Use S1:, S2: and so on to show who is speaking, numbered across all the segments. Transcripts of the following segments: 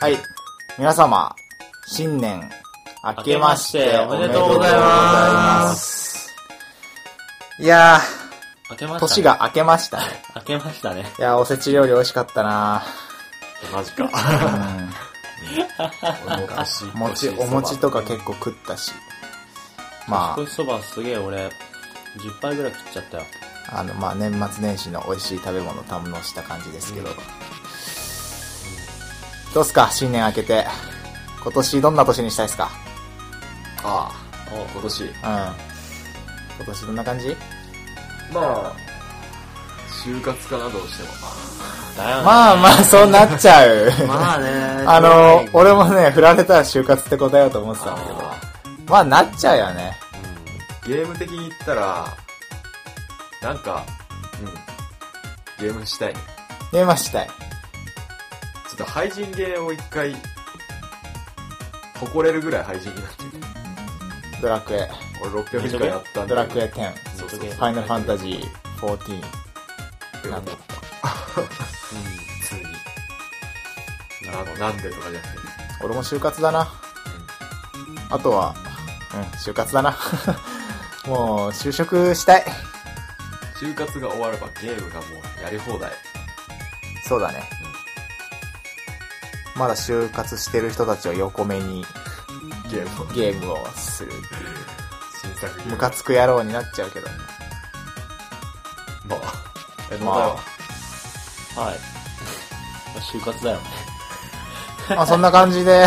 S1: はい。皆様、新年、明けまして。
S2: 明けましておめでとうございます
S1: いや
S2: 明けま
S1: ー、
S2: した、ね。
S1: 年。が明けましたね。
S2: 明けましたね。
S1: いやー、おせち料理美味しかった な
S3: マジか。
S1: ー。
S3: お餅
S1: うん。餅、お餅とか結構食ったし。ま
S2: 年越しそばすげえ俺、10杯ぐらい食っちゃったよ。
S1: あ、あの、まあ、年末年始の美味しい食べ物堪能した感じですけど。どうっすか新年明けて。今年どんな年にしたいっすか
S3: あ
S2: お
S3: あ、今年。
S1: うん。今年どんな感じ
S3: まあ、就活かな、どうしても。
S2: だよね。
S1: まあまあ、そうなっちゃう。
S3: まあね
S1: あの、俺もね、振られたら就活って答えようと思ってたんだけど。まあ、なっちゃうよね。
S3: ゲーム的に言ったら、なんか、うん、ゲームしたいね。
S1: 電話したい。
S3: ちょっと廃人ゲーを一回、誇れるぐらい廃人になってる。
S1: ドラクエ、
S3: 俺600時間やったん
S1: ド
S3: だ
S1: ラ
S3: け
S1: ク
S3: ど
S1: エ10、
S3: そうそうそう
S2: ドラクエ
S1: ファイナルファンタジー14。なんだ
S3: 普通に。
S2: うん。な
S3: あ
S2: る
S3: の、
S2: ほど。
S3: なんでとかじゃなくて。
S1: 俺も就活だな。あとは、うん、就活だな。 もう、就職したい。
S3: 就活が終わればゲームがもうやり放題。
S1: そうだね。まだ就活してる人たちを横目に
S3: ゲームを。
S1: ゲームをする。
S3: 新作ゲーム。
S1: ムカつく野郎になっちゃうけどね。
S3: まあ。え、
S1: まあ
S3: ま
S2: はい。 まあ就活だよね。
S1: まあそんな感じ で、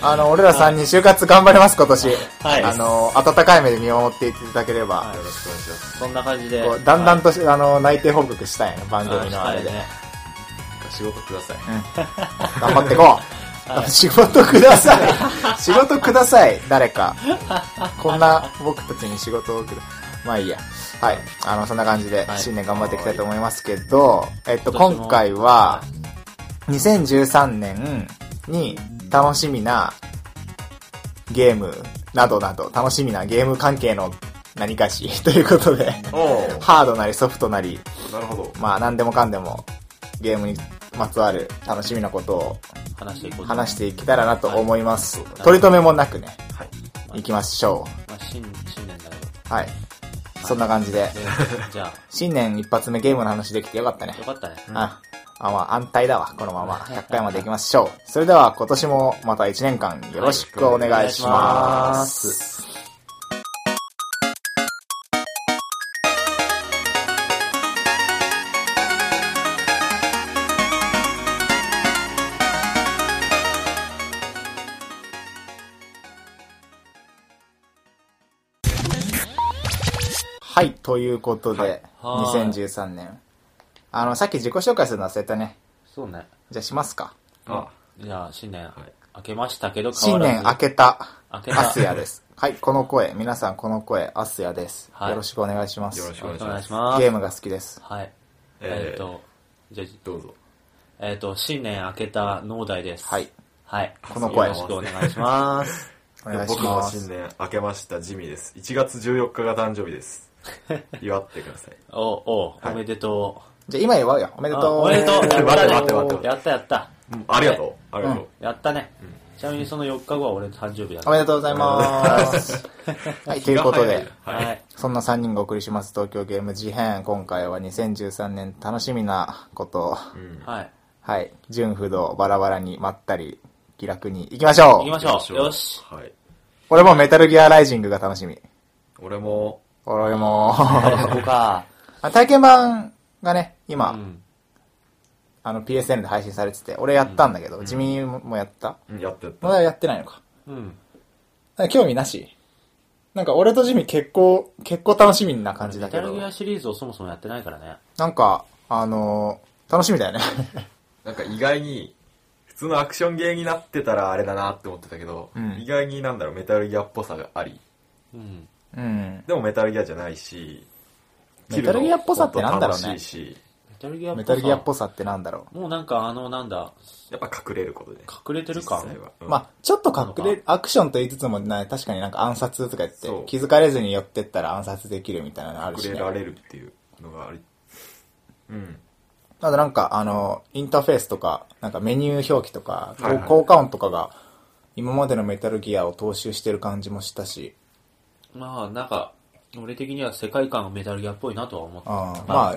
S1: あの、俺らさんに就活頑張ります、今年。
S2: はい
S1: あの、温かい目で見守っていただければ、
S2: は
S3: よろしくお願いします。
S2: そんな感じで。
S1: こうだんだん
S2: と
S1: とし、あの、内定報告したいの、番組のあ
S2: は
S1: れ
S2: い
S1: で。
S2: ね。
S3: 仕事ください。
S1: 頑張っていこう。仕事ください。仕事ください、誰か。こんな僕たちに仕事をくだまあいいや。はい。あの、そんな感じで、
S2: はい
S1: 新年頑張っていきたいと思いますけど、えっと、
S2: 今年も
S1: 今回は、2013年に楽しみなゲームなどなど、楽しみなゲーム関係の何かし ということで、
S3: お
S1: ハードなりソフトなり、
S3: おなるほど。
S1: まあ何でもかんでもゲームにまつわる楽しみなことを
S2: 話していこう。
S1: 話していけたらなと思います。
S3: はい
S1: 取り留めもなくね、
S3: はい。
S1: 行きましょ
S2: まあ、新、新年だけど。
S1: う。はい。そんな感じで、
S2: で じゃ
S1: 新年一発目ゲームの話できてよかったね
S2: あ、よ。かったね。
S1: あ、あまあ安泰だわ。このまま100回まで行きましょう。それでは今年もまた1年間よろしくお願いします。はい、ということで、
S2: はいはい
S1: 2013年。あの、さっき自己紹介するの忘れたね。
S2: そうね。
S1: じゃあしますか。
S3: あ、
S2: じゃあ、新年
S3: い、
S2: 明けましたけど、変
S1: 新
S2: わらず
S1: 年明けた、
S2: 明け
S1: ア
S2: た
S1: スヤです。はい、この声、皆さんこの声、アスヤです。
S2: はい
S1: よろしくお願いします。
S3: よろしく
S2: よろしくお願いし
S3: ま
S2: ます。
S1: ゲームが好きです。
S2: はい。
S3: えー
S2: えっと、じゃあ、
S3: どうぞ。
S2: えっ、と、新年明けた農大です。
S1: はい。
S2: はい。
S1: この声
S2: よろしくお願 いします。
S1: お願いし
S3: 僕の
S1: ま
S3: 新
S1: す。
S3: 年明けましたジミーです。1月14日が誕生日 です。祝ってください。
S2: おう、おう、
S3: はい
S2: おめでと
S1: じゃあ今言わうよ。おめ
S2: う。
S1: で
S2: あ
S1: とう。
S2: おめでとう。
S3: 待っ て待って待って待っ
S2: う。やったやった。
S3: うんありがとう。ありがとう。
S2: やったね。ちなみにその4日後は俺の誕生日だ
S1: おめでとうございます。はい、ということで、
S3: はい。
S2: はい。
S1: そんな3人がお送りします東京ゲーム事変。今回は2013年楽しみなこと、
S3: うん。
S2: はい。
S1: はい、純不動バラバラにまったり、気楽に行きましょ
S2: 行きま
S1: う
S2: しょう。よし。。
S3: はい。
S1: 俺もメタルギアライジングが楽しみ。
S3: 俺も、
S1: 俺も、
S2: そこか。
S1: あ 体験版がね、今、
S2: うん。
S1: あの PSN で配信されてて、俺やったんだけど、地味もやった
S3: うんやってった。
S1: まだやってないのか。
S2: うん。
S1: なんか興味なしなんか俺とジミー結構、結構楽しみな感じだ
S2: メ
S1: け
S2: タ
S1: ど
S2: ルギ、アシリーズをそもそもやってないからね。
S1: なんか、あのー楽しみだよ ね。
S3: なんか意外に、普通のアクションゲーになってたらあれだなって思ってたけど、
S1: うん
S3: 意外になんだろう、メタルギアっぽさがあり。
S2: うん。
S1: うん。
S3: でもメタルギアじゃないし、
S1: メタルギアっぽさってなんだろうね
S3: 楽しいし、
S2: メタルギアっぽ
S1: メ
S2: さ
S1: タルギアっぽさってなんだろ
S2: もうなんかあの、なんだ、
S3: やっぱ隠れることで。
S2: 隠れてる感
S3: 実際はう
S1: う。
S3: ん
S1: まあちょっと隠れ
S2: なん
S1: る、アクションと言いつつもね、確かになんか暗殺とか言って
S3: そう、
S1: 気づかれずに寄ってったら暗殺できるみたいなのあるし
S3: 隠
S1: ね
S3: れ。られるっていうのがあり。うん。
S1: あとなんか、あの、インターフェースとか、なんかメニュー表記とか、
S3: はいはい
S1: 効果音とかが、今までのメタルギアを踏襲してる感じもしたし、
S2: まあ、なんか、俺的には世界観がメタルギアっぽいなとは思った。
S1: あーまあ、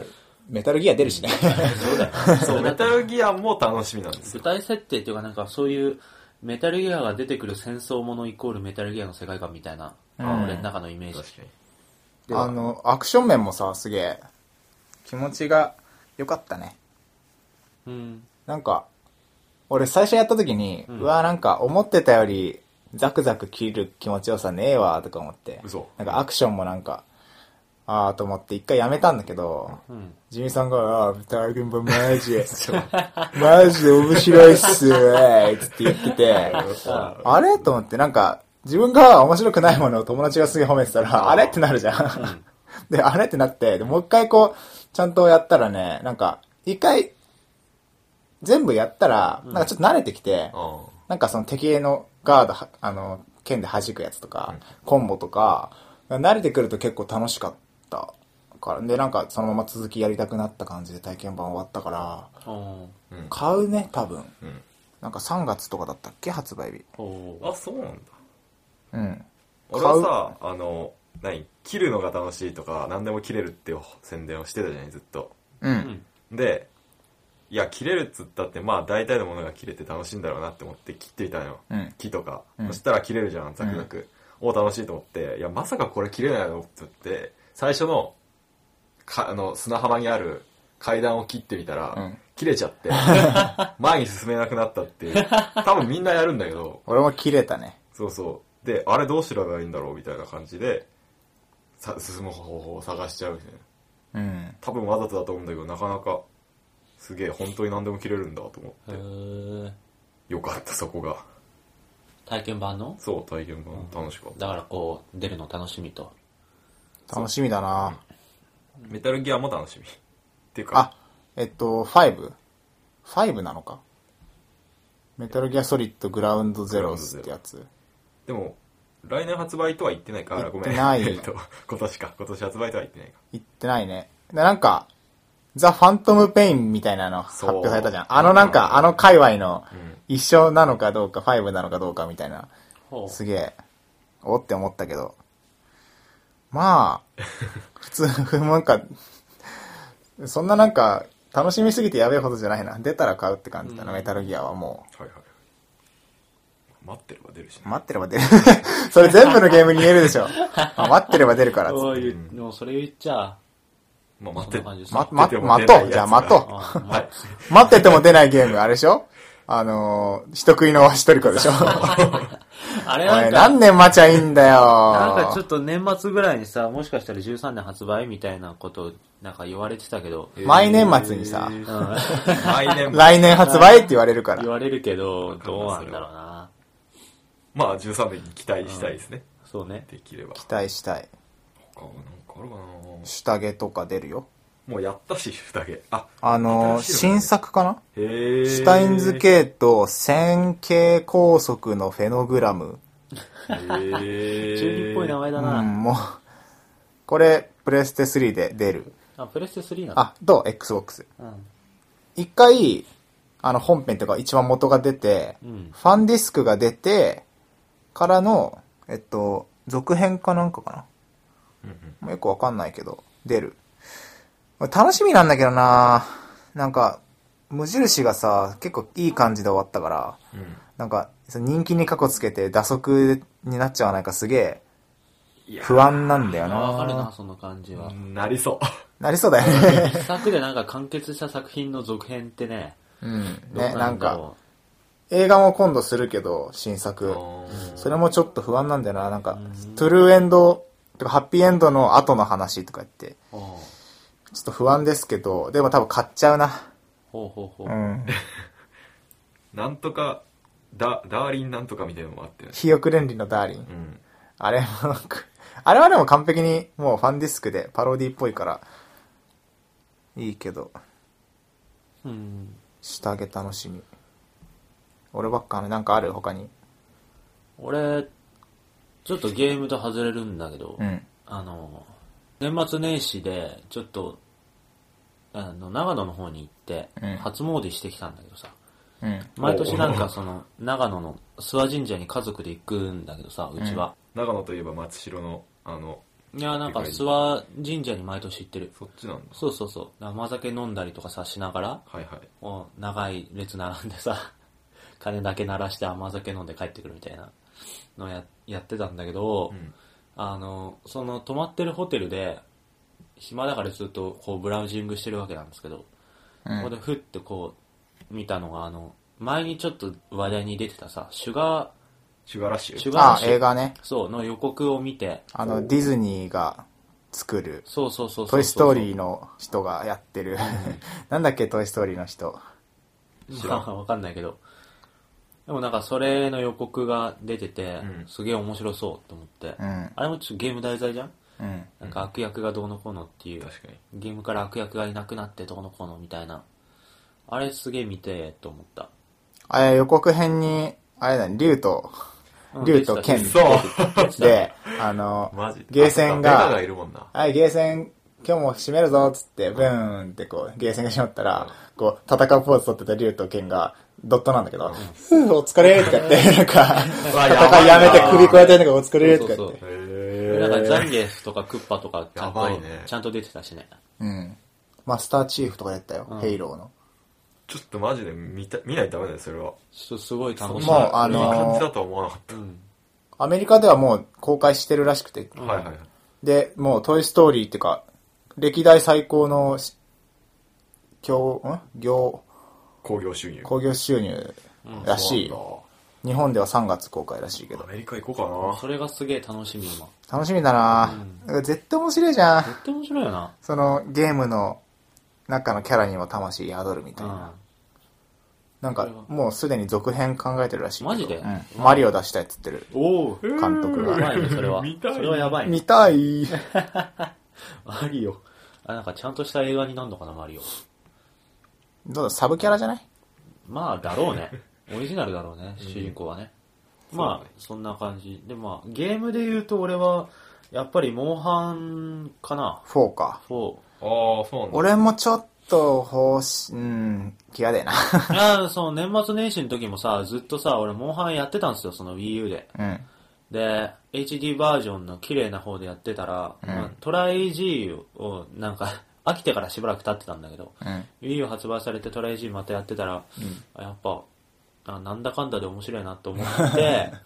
S1: メタルギア出るしね。
S2: そうだよ。
S3: そう、メタ
S2: ギ
S3: ルギアも楽しみなんです
S2: 舞
S3: よ。
S2: 台設定っていうか、なんかそういう、メタルギアが出てくる戦争ものイコールメタルギアの世界観みたいな、
S1: うん
S2: 俺の中のイメージ。
S3: 確かに。では
S1: あの、アクション面もさ、すげえ、気持ちが良かったね。
S2: うん。
S1: なんか、俺最初やった時に、う
S2: うん
S1: わ、なんか思ってたより、ザクザク切る気持ちよさねえわ、とか思って。
S3: 嘘
S1: なんかアクションもなんか、あーと思って一回やめたんだけど、
S2: うん。
S1: ジミさんが、あー、大群馬マジで、マジで面白いっすね、つって言ってて、
S3: さ
S1: あれと思って、なんか、自分が面白くないものを友達がすげえ褒めてたら、あれってなるじゃん。 で、あれってなって、でもう一回こう、ちゃんとやったらね、なんか、一回、全部やったら、なんかちょっと慣れてきて、
S3: あ
S1: なんかその敵へのガードは、あの、剣で弾くやつとか、コンボとか、慣れてくると結構楽しかったから、で、なんかそのまま続きやりたくなった感じで体験版終わったから、
S2: おー
S3: うん
S1: 買うね、多分。
S3: うん
S1: なんか3月とかだったっけ発売日。
S2: おー
S3: あ、そうなんだ。
S1: うん。
S3: 俺はさ、あの、何切るのが楽しいとか、何でも切れるっていう宣伝をしてたじゃない、ずっと。
S1: う。
S2: うんん。
S3: で、いや、切れるっつったって、まあ、大体のものが切れて楽しいんだろうなって思って切ってみたのよ。
S1: うん。
S3: 木とか、
S1: うん
S3: そしたら切れるじゃんザクザク、お楽しいと思っていやまさかこれ切れないのって言って最初のかあの砂浜にある階段を切ってみたら、
S1: うん
S3: 切れちゃって 前に進めなくなったっていう多分みんなやるんだけど
S1: 俺も切れたね。
S3: そうそうであれどうすればいいんだろうみたいな感じでさ進む方法を探しちゃうみたいな
S1: うん。
S3: 多分わざとだと思うんだけどなかなかすげえ本当に何でも切れるんだと思
S2: へ
S3: って
S2: ー
S3: よかったそこが
S2: 体験版の
S3: そう体験版楽しかった
S2: だからこう、出るの楽しみと。
S1: 楽しみだな
S3: メタルギアも楽しみ。っていう
S1: あ
S3: か、、
S1: えっと、5?5 5なのかメタルギアソリッドグラウンドゼロスってやつ。
S3: でも、来年発売とは言ってないか。あ、ご
S1: 言っ
S3: めん。
S1: てない
S3: えっと、今年か。今年発売とは言ってないか。
S1: 言ってないね。でなんか、ザ・ファントム・ペインみたいなの発
S3: そう
S1: 表されたじゃん。あのなん
S3: う
S1: か、
S3: ん
S1: あの界隈の
S3: うん
S1: 一緒なのかどうか、5なのかどうかみたいな。
S2: ほう
S1: すげえ、おって思ったけど。ま あ、普通、なんか、そんななんか、楽しみすぎてやべえほどじゃないな。出たら買うって感じだな、
S2: うん
S1: メタルギアはもう。
S3: はいはいはい。待ってれば出るしね。
S1: 待ってれば出る。 それ全部のゲームに言えるでしょ。 あ待ってれば出るからっつっ
S2: お
S1: て。
S2: い、でもそれ言っちゃ、
S3: まあ待って
S2: そんな感じです
S1: ま、
S3: 出
S1: ま、
S3: ても
S1: 待
S3: 出ない
S1: とう。
S3: やつ
S1: じゃあ
S3: が
S1: 待と
S2: あ
S3: はい。
S1: う。待ってても出ないゲーム、あれでしょあのー、人食いの一人子でしょ。
S2: あ
S1: お
S2: れ
S1: い
S2: なんか、
S1: 何年待ちゃいいんだよ。
S2: なんかちょっと年末ぐらいにさ、もしかしたら13年発売みたいなこと、なんか言われてたけど、
S1: 毎年末にさ、
S2: うん
S3: 来年も、
S1: 来年発売って言われるから
S2: 言。われるけど、どうなんだろうな。
S3: まあ13年に期待したいですね。
S2: そうね。
S3: できれば。
S1: 期待したい。
S3: 他はなんかあるかな
S1: シュタゲとか出るよ。
S3: もうやったし、だけ。あ、
S1: あのー、
S3: 新しいのね
S1: 新作かな
S3: へー
S1: シュタインズ。系と線形拘束のフェノグラム。
S3: へー
S2: 中二っぽい名前
S1: う
S2: だな。
S1: ん、もう、これ、プレステ3で出る。
S2: あ、プレステ3なの
S1: あ、と、Xbox。
S2: うん。
S1: 一回、あの本編とか一番元が出て、
S2: うん
S1: ファンディスクが出て、からの、えっと、続編かなんかかな。
S3: うんうん
S1: もうよくわかんないけど、出る。楽しみなんだけどななんか、無印がさ、結構いい感じで終わったから、
S3: うん
S1: なんか、その人気に過去つけて打足になっちゃわないかすげえ
S3: いや
S1: 不安なんだよ
S2: わかるな、
S1: な
S2: その感じは。
S3: なりそう。
S1: なりそうだよね。
S2: 一作でなんか完結した作品の続編ってね、
S1: うん。
S2: どう
S1: ね、なん
S2: だ
S1: か、
S2: ろ
S1: 映画も今度するけど、新作。
S3: うん
S1: それもちょっと不安なんだよな。なんか、トゥルーエンド、とかハッピーエンドの後の話とか言って、
S2: う。おう
S1: ちょっと不安ですけど、でも多分買っちゃうな。
S2: ほうほうほ
S1: う
S2: う。
S1: ん。
S3: なんとか、だ、ダーリンなんとかみたいなのもあってね。
S1: 記憶連理のダーリン
S3: う。ん。
S1: あれもなんか、あれはでも完璧にもうファンディスクでパロディっぽいから、いいけど、
S2: うん。
S1: 下着楽しみ。俺ばっかね、なんかある他に。
S2: 俺、ちょっとゲームと外れるんだけど、
S1: うん。
S2: あの、年末年始で、ちょっと、あの、長野の方に行って
S1: うん、
S2: 初詣してきたんだけどさ、
S1: うん。
S2: 毎年なんかその、長野の諏訪神社に家族で行くんだけどさ、うちは。
S3: 長野といえば松代の、あの、
S2: いや、なんか諏訪神社に毎年行ってる。
S3: そっちなんだ。
S2: そうそうそう。生酒飲んだりとかさしながら、
S3: はいはい。
S2: もう長い列並んでさ、 金だけ鳴らして甘酒飲んで帰ってくるみたいなのをややってたんだけど、
S3: うん。
S2: あの、その泊まってるホテルで、暇だからずっとこうブラウジングしてるわけなんですけど、
S1: うん
S2: ここでふってこう見たのが、あの、前にちょっと話題に出てたさ、シュガ
S3: シュガーラッシ
S2: ー、シュ
S3: ュ。
S2: ガーラッ
S1: あ、
S2: シュ
S1: 映画ね。
S2: そう、の予告を見て、
S1: あの、ディズニーが作る、
S2: そうそうそうそうそう。
S1: トイストーリーの人がやってる。 なんだっけ、トイストーリーの人。
S3: 知ら
S2: ま
S3: ん
S2: あ、わかんないけど。でもなんか、それの予告が出てて、
S3: うん
S2: すげえ面白そうと思って。
S1: うん。
S2: あれもちょっとゲーム題材じゃん
S1: うん。
S2: なんか悪役がどうのこうのっていう、
S3: 確かに。
S2: ゲームから悪役がいなくなってどうのこうのみたいな。あれすげえ見てえと思った。
S1: あれ、予告編に、あれだね、竜と、
S2: うん
S1: 竜と剣
S2: 出て
S3: そう
S1: で、あの、
S3: マジ
S1: ゲーセン
S3: あそっかベガが
S1: が
S3: い、るもんな。
S1: はい、ゲーセン、今日も閉めるぞ、つって、ブーンってこう、ゲーセンが閉まったら、こう、戦うポーズ取ってた竜と剣が、ドットなんだけど、ふうお疲れとか言って、なんか、
S3: うわ
S1: 戦いやめて首こうやってんだからお疲れとか言
S2: そう
S1: っ
S2: そう
S1: て
S2: そ。
S3: へ
S2: たなんかザンゲスとかクッパとかちゃん
S3: やば
S2: と、
S3: いね
S2: ちゃんと出てたしね。
S1: うん。マスターチーフとかやったよ、ヘイローの。
S3: ちょっとマジで見た見ないとダメだよ、それは。
S2: ちょっとすごい楽し
S1: もう
S2: か
S1: あ
S2: った。
S1: の
S3: いい感じだとは思わなかっ
S2: うん。
S1: アメリカではもう公開してるらしくて、
S3: た。はいはいはい。
S1: で、もうトイストーリーっていうか、歴代最高のし、業、ん業、
S3: 興行収入。
S1: 興行収入らしいよ。日本では3月公開らしいけ
S3: ア
S1: ど。
S3: メリカ行こ
S2: それがすげえ楽しみ今。
S1: 楽しみだな、絶対面白いじゃん。
S2: 絶対面白いよな。
S1: そのゲームの中のキャラにも魂宿るみた
S2: う
S1: い
S2: ん
S1: な。。なん
S2: それは
S1: か、もうすでに続編考えてるらしいけど。
S2: マジで
S1: うん。マリオ出したいっつってる。
S2: おお。
S3: うかな
S1: 監督
S2: や
S1: が。
S2: ばいね、それは。
S3: 見たい
S2: それはやばいね。
S1: 見たい。
S2: マリオ。あ、なんかちゃんとした映画になるのかな、マリオ。
S1: どうだ、サブキャラじゃない
S2: まあ、だろう ね。オリジナルだろうね、主人公はね。ま
S3: そう
S2: あ
S3: ね、
S2: そんな感じ。で、まあ、ゲームで言うと俺は、やっぱりモンハンかな。
S1: ?4 か。
S2: 4。
S3: ああ、そうなんだ。
S1: 俺もちょっと、欲し、うん、気がでえな。
S2: いや、その年末年始の時もさ、ずっとさ、俺モンハンやってたんですよ、その Wii U で。
S1: うん。
S2: で、HD バージョンの綺麗な方でやってたら、まあトライ G をなんか、飽きてからしばらく経ってたんだけど、
S1: うん。
S2: Wii U 発売されてトライ G またやってたら、あやっぱあ、なんだかんだで面白いなと思って、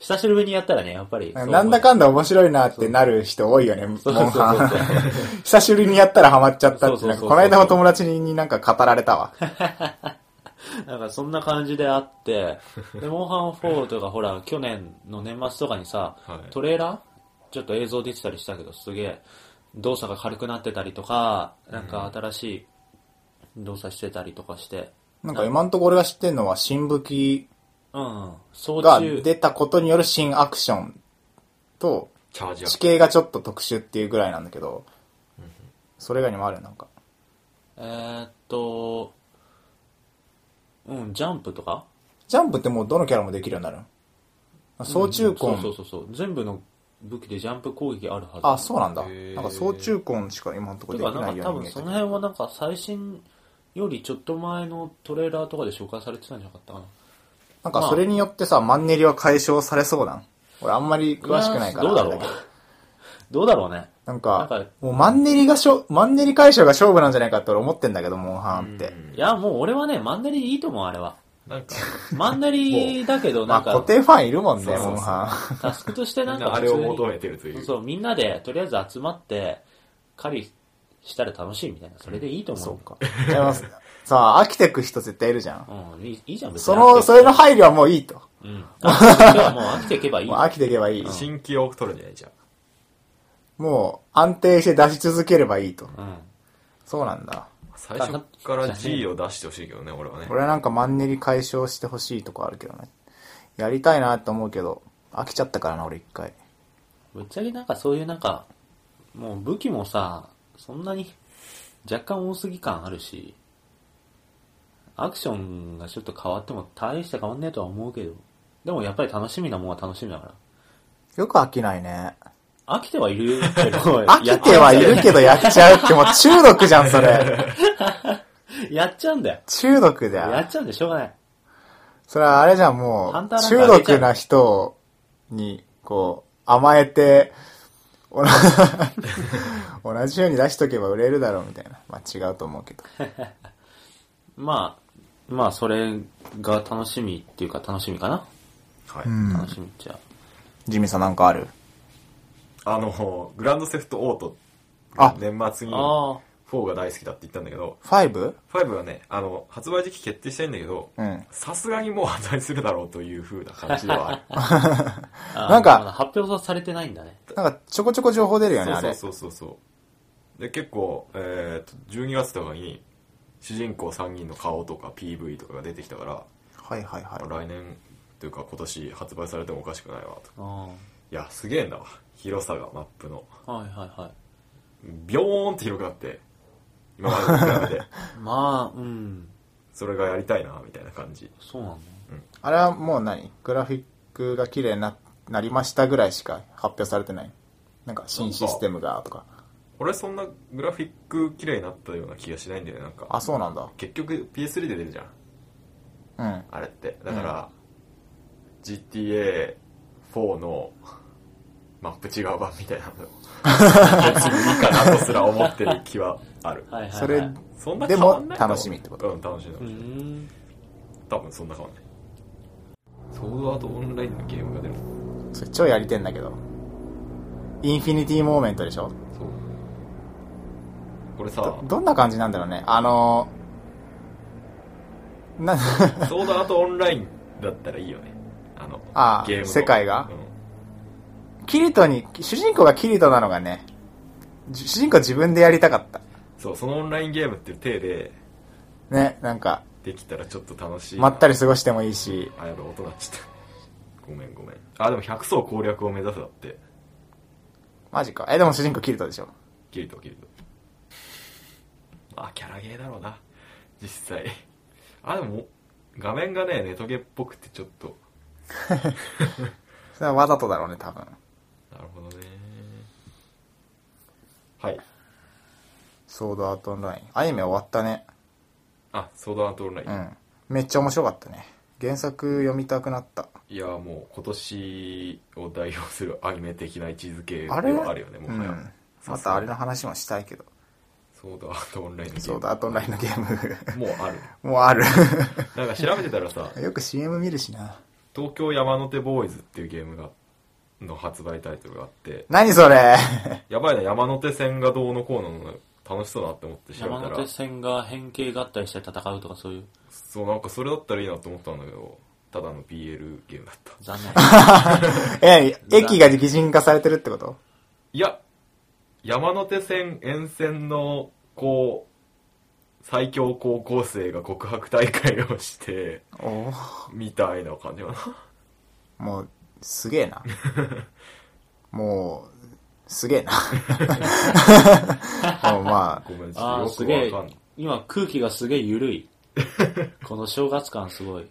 S2: 久しぶりにやったらね、やっぱり。そう思う
S1: なんだかんだ面白いなってなる人多いよね、モン
S2: そうそうそう
S1: ハン。 久しぶりにやったらハマっちゃった
S2: そう
S1: って、
S2: そうそう
S1: なん
S2: そう
S1: かこの間も友達になんか語られたわ。
S2: なんかそんな感じであって、で、モンハン4とかほら、 去年の年末とかにさ、
S3: はい
S2: トレーラーちょっと映像出てたりしたけど、すげえ、動作が軽くなってたりとか、なんか新しい動作してたりとかして、
S1: なんか今んとこ俺が知ってんのは、新武器
S2: うん、操
S1: が
S2: 縦、
S1: 出たことによる新アクションと、
S3: チャージア
S1: 地
S3: ッ
S1: 形がちょっと特殊っていうぐらいなんだけど、それ以外にもあるよなんか。
S2: えーっと、うん、ジャンプとか
S1: ジャンプってもうどのキャラもできるようになるの総中
S2: そうそ
S1: 根
S2: う。そうそう。全部の武器でジャンプ攻撃あるはず。
S1: あ、そうなんだ。
S3: へー
S1: なんか総中根しか今んとこ
S2: て
S1: でき
S2: か、
S1: な
S2: なん
S1: い
S2: か
S1: よ
S2: 多
S1: うに見え
S2: 分そ
S1: て
S2: の
S1: る。
S2: 辺はなんか最新よりちょっと前のトレーラーとかで紹介されてたんじゃなかったかな。
S1: なんかそれによってさ、マンネリは解消されそうなん俺あんまり詳しくないから。
S2: どうだろ
S1: あ
S2: う
S1: れけど
S2: どうだろうね。
S1: なん
S2: なん
S1: か
S2: か、
S1: もうマンネリがしょ、マンネリ解消が勝負なんじゃないかって俺思ってんだけど、モンハンって。
S2: いや、もう俺はね、マンネリでいいと思う、あれは。
S3: プ。なんか、
S2: マンネリだけど、
S1: ま
S2: な
S1: あ
S2: んか、
S1: 固定ファンいるもんね、
S3: そうそうそう
S1: モンハ
S2: タスクとして
S3: み
S2: なんん
S3: な
S2: か
S3: あ
S2: 普
S3: れ
S2: 通
S3: を
S2: に、
S3: 求めてるという。
S2: そう、みんなでとりあえず集まって、狩りしたら楽しいみたいな。それでいいと
S1: ン。
S2: 思う。
S1: そうか。でもさあ、飽きてく人絶対いるじゃん。
S2: うん、いいいいじゃん、別に
S1: その、それの配慮はもういいと。
S2: うん。あ今日はもう飽きていけばいい。
S1: もう飽きていけばいい。
S3: 新規を取るんじゃないじゃん。
S1: もう安定して出し続ければいいと。
S2: うん。
S1: そうなんだ。
S3: 最初から G を出してほしいけどね、俺はね。
S1: 俺はなんかマンネリ解消してほしいとこあるけどね。やりたいなって思うけど、飽きちゃったからな、俺一回。
S2: ぶっちゃけなんかそういうなんか、もう武器もさ、そんなに若干多すぎ感あるし、アクションがちょっと変わっても大して変わんねえとは思うけど、でもやっぱり楽しみなもんは楽しみだから。
S1: よく飽きないね。、
S2: 飽きてはいるけど
S1: 飽きてはいるけどやっちゃうってもう中毒じゃん、それ。
S2: やっちゃうんだよ。
S1: 中毒だ
S2: や
S1: よ
S2: っ。ちゃうんでしょうがない。
S1: それはあれじゃん、も
S2: ハン
S1: う、
S2: ターなん
S1: 中
S2: か
S1: 毒な人に、こう、甘えて、同じ 同じように出しとけば売れるだろうみたいな。まあ違うと思うけど。
S2: まあ、まあ、それが楽しみっていうか楽しみかな。
S3: はい。
S1: うん
S2: 楽。しみっちゃ。
S1: ジミーさんなんかある
S3: あの、グランドセフトオート、
S1: あ
S3: 年末に4
S2: あ
S3: が大好きだって言ったんだけど、
S1: ?5?
S3: 5はね、あの、発売時期決定してんだけど
S1: うん、
S3: さすがにもう発売するだろうという風な感じ ではある。
S2: あ。
S1: なんか
S2: まだ発表はされてないんだね。
S1: なんかちょこちょこ情報出るよね、あ
S3: そう
S1: れ。
S3: そうそうそうそうで結構、えー、と12月とかに主人公3人の顔とか PV とかが出てきたから、
S1: はいはいはい。
S3: 来年というか今年発売されてもおかしくないわと
S2: あ
S3: いやすげえんだわ広さがマップの
S2: あ。はいはいはい。
S3: ビョーンって広くなって今まで に比べて
S2: まあ、うん。
S3: それがやりたいなみたいな感じ
S2: そうなんだ。
S1: あれはもう何グラフィックが綺麗にななりましたぐらいしか発表されてない。なんか新システムがとか。
S3: 俺そんなグラフィック綺麗になったような気がしないんだよねなんか
S1: あ、そうなんだ。
S3: 結局 PS3 で出るじゃん
S1: うん。
S3: あれってだから、GTA4 のマップ違う版みたいなのを別にいいかなとすら思ってる気はある
S2: はいはい、はい。
S1: それ、
S2: う
S3: そんな変わんない
S1: でも楽しみってこと
S3: うん楽しみだ、
S2: ーん。
S3: 多分そんな変わんないソードアートオンラインのゲームが出る
S1: それ超やりてんだけど。インフィニティモーメントでしょ
S3: そうこれさ
S1: どどんな感じなんだろうね。あのー、な、
S3: ソードアートオンラインだったらいいよねあの
S1: あー
S3: ゲームの
S1: 世界が
S3: うん
S1: キリトに、主人公がキリトなのがね、じ主人公自分でやりたかった。
S3: そうそのオンラインゲームっていう体で
S1: ね、なんか、
S3: できたらちょっと楽しいな
S1: まったり過ごしてもいいし、
S3: あ、やばい、音鳴っちゃった。 ごめんごめん。あ、でも100層攻略を目指すだって。
S1: マジか。え、でも主人公キリトでしょ
S3: キリト、キリト。あ、キャラゲーだろうな。実際。あ、でも、画面がね、ネトゲっぽくてちょっと。
S1: それはわざとだろうね、多分。
S3: なるほどね。はい。
S1: ソードアートオンライン。アニメ終わったね。
S3: あ、ソードアートオンライン。
S1: うん。めっちゃ面白かったね。原作読みたくなった。
S3: いや、もう今年を代表するアニメ的な位置づけでは
S1: あ
S3: あ
S1: れ
S3: るよね、も
S1: う
S3: はや。
S1: ん。またあれの話もしたいけど。
S3: ソードアートオンラインのゲーム
S1: ソードアートオンラインのゲー
S3: もうある。
S1: ム。 もうある。
S3: なんか調べてたらさ、
S1: よく CM 見るしな。
S3: 東京山手ボーイズっていうゲームがの発売タイトルがあって
S1: 何それ
S3: やばいな山手線がどうのこうのの楽しそうだなって思って調べた
S2: 山
S3: ら
S2: 手線が変形合体して戦うとかそういう、
S3: そうなんかそれだったらいいなと思ったんだけどただの BL ゲームだった
S2: 残念。
S1: え、駅が擬人化されてるってこと
S3: いや山手線沿線のこう最強高校生が告白大会をして
S1: おー
S3: みたいな感じかな
S1: もう、すげえな。もう、す げえな。もうまあ、
S3: ごめんち
S2: あ
S3: ょ
S2: あ、
S3: っと
S2: す
S3: よ
S2: げえ
S3: くわかんない、
S2: 今空気がすげえ緩い。この正月感すごい。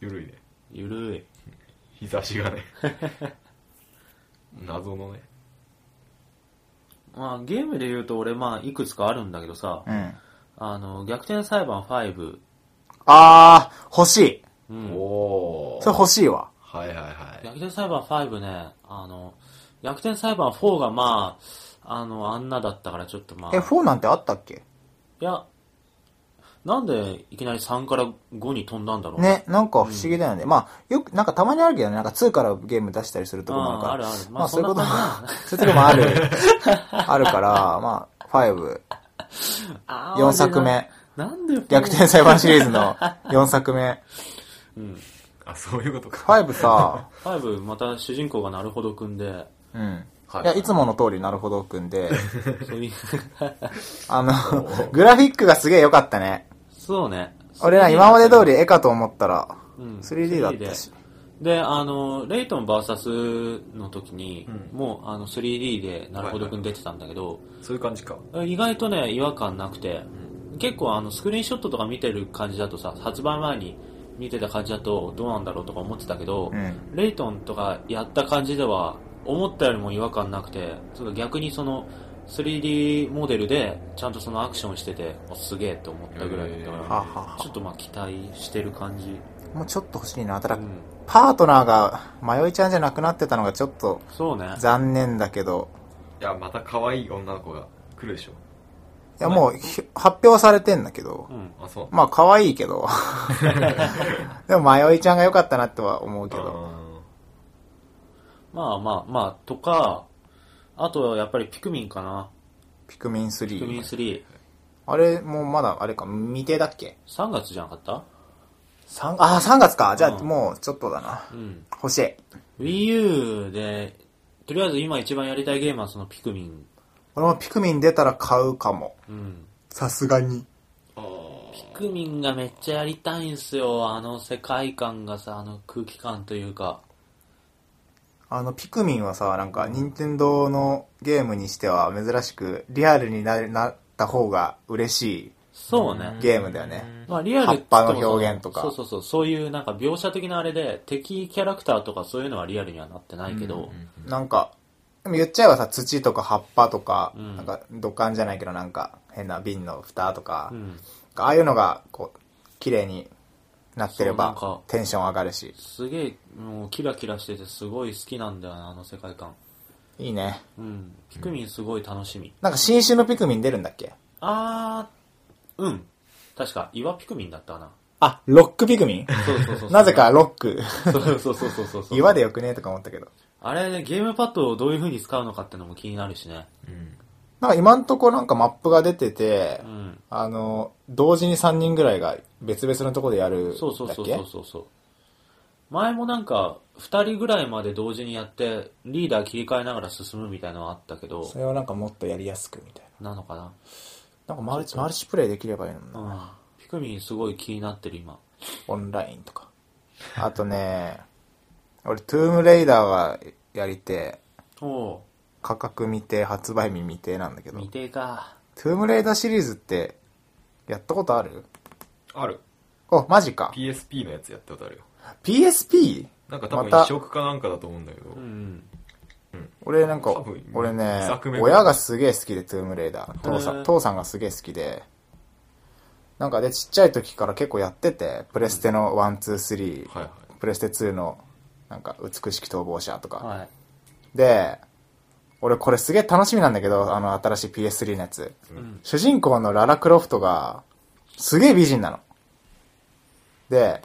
S3: ゆるいね
S2: 緩い。
S3: 日差しがね 謎のね
S2: まあ、ゲームで言うと俺、まあ、いくつかあるんだけどさ、
S1: うん。
S2: あの、逆転裁判5、
S1: あー、欲しい。
S2: うん、
S3: おお
S1: それ欲しいわ。
S3: はいはいはい
S2: 逆転裁判5ね、あの、逆転裁判4がまあ、あの、あんなだったからちょっとまあ、
S1: え、
S2: い
S1: 4なんてあったっけ
S2: や、なんでいきなり3から5に飛んだんだろう。
S1: ね、なんか不思議だよね。まあ、よく、なんかたまにあるけどね、なんか2からゲーム出したりするとこもあるから。
S2: あーあるあるまあ
S1: そういうことも、
S2: そんな感じ
S1: そういうとこもある、 あるから、まあ、5、
S2: あー
S1: 4作。目、
S2: 俺ななんで
S1: 逆転裁判シリーズ の4作目。
S3: あそういうことか
S1: 5さ、
S2: 5、また主人公がなるほどく んで、
S1: うん。
S3: はい
S1: いや、いつもの通りなるほど組んで、
S2: そういう
S1: あの、グラフィックがすげえ良かったね。
S2: そうね。
S1: 俺ら今まで通り絵かと思ったら、
S2: うん
S1: 3D だったし。
S2: で、あの、レイトン VS の時に、
S3: うん
S2: もうあの 3D でなるほどくん出てたんだけど、
S3: そういう感じか
S2: 意外とね、違和感なくて、結構あの、スクリーンショットとか見てる感じだとさ、発売前に見てた感じだとどうなんだろうとか思ってたけど、
S1: うん
S2: レイトンとかやった感じでは、思ったよりも違和感なくて、その逆にその 3D モデルでちゃんとそのアクションしてて、おすげえと思ったぐらいだ
S3: へ
S1: はあ
S2: か
S1: はあは
S2: ら、ちょっとまあ期待してる感じ。
S1: あもうちょっと欲しいな。ただ、
S2: うん。
S1: パートナーが迷いちゃんじゃなくなってたのがちょっと
S2: そうね。
S1: 残念だけど、
S3: いや、また可愛い女の子が来るでしょ。
S1: いやもうひ発表されてんだけど
S2: う、ん。
S3: あ、そうなんだ。
S1: まあ可愛いけ ど、 でも迷いちゃんが良かったなとは思うけど、
S3: あ
S2: まあまあまあ、とか、あとやっぱりピクミンかな。
S1: ピクミン
S2: ピクミン
S1: 3。
S2: 3。
S1: あれもうまだ、あれか、未定だっけ
S2: 3月じゃなかった
S1: 三あー、3月か。じゃあ
S2: うん
S1: もうちょっとだな。
S2: うん。
S1: 欲しい。
S2: Wii U で、とりあえず今一番やりたいゲームはそのピクミン。
S1: 俺もピクミン出たら買うかも。
S2: うん。
S1: さすがに。
S3: ーあ
S2: ピクミンがめっちゃやりたいんすよ。あの世界観がさ、あの空気感というか。
S1: あの、ピクミンはさ、なんか、任天堂のゲームにしては珍しく、リアルにななった方が嬉しい
S2: そうね。
S1: ゲームだよね。
S2: まあリアルっつっても
S1: 葉っぱの表現とか
S2: そうそうそう。そういうなんか描写的なあれで、敵キャラクターとかそういうのはリアルにはなってないけど。
S1: なんか、でも言っちゃえばさ、土とか葉っぱとか、
S2: うん
S1: なんか、土管じゃないけど、なんか、変な瓶の蓋とか、
S2: うん。
S1: ああいうのが、こう、綺麗になってれ
S2: そうな
S1: ば
S2: んか、
S1: テンション上がるし、
S2: すげえ、もうキラキラしててすごい好きなんだよな、あの世界観。
S1: いいね。
S2: うん。ピクミンすごい楽しみ。
S1: なんか、新種のピクミン出るんだっけ
S2: あー、うん。確か、岩ピクミンだったな。
S1: あ、ロックピクミン
S2: そうそうそうそう。
S1: なぜか、ロック。
S2: そうそうそうそうそうそう。
S1: 岩でよくねえとか思ったけど。
S2: あれね、ゲームパッドをどういう風に使うのかってのも気になるしね。
S3: うん。
S1: なんか今んとこなんかマップが出てて
S2: う、ん。
S1: あの、同時に3人ぐらいが別々のとこでやるんだっけ
S2: そうそうそうそうそうそう。前もなんか、二人ぐらいまで同時にやって、リーダー切り替えながら進むみたいなのはあったけど
S1: そ、れをなんかもっとやりやすくみたい
S2: なのか
S1: な。なんかマルチ、マルチプレイできればいいのに
S2: な
S1: な。
S2: うん。ピクミンすごい気になってる今。
S1: オンラインとか。あとね、俺トゥームレイダーはやりて、
S2: おお
S1: 価格未定、発売日未定なんだけ
S2: ー、
S1: ど
S2: 未、定か。
S1: トゥームレイダーシリーズって、やったことある
S3: ある。
S1: お、マジか。
S3: PSP のやつやったことあるよ。
S1: PSP?
S3: なんか多分
S1: また
S3: 移植かなんかだと思うんだけど
S2: う。ん。
S1: 俺なんか
S3: 多分、
S1: 俺ね
S3: 二作目、ぐらい
S1: 親がすげえ好きで、トゥームレイダー。父さ
S2: へ
S1: ん、
S2: ー
S1: 父さんがすげえ好きで。なんかで、ちっちゃい時から結構やってて、プレステの1、2、
S3: はいはい。
S1: 3、プレステ2の、なんか、美しき逃亡者とか。
S2: はい。
S1: で、俺これすげえ楽しみなんだけど、あの、新しい PS3 のやつ。
S2: うん。
S1: 主人公のララ・クロフトが、すげえ美人なの。で、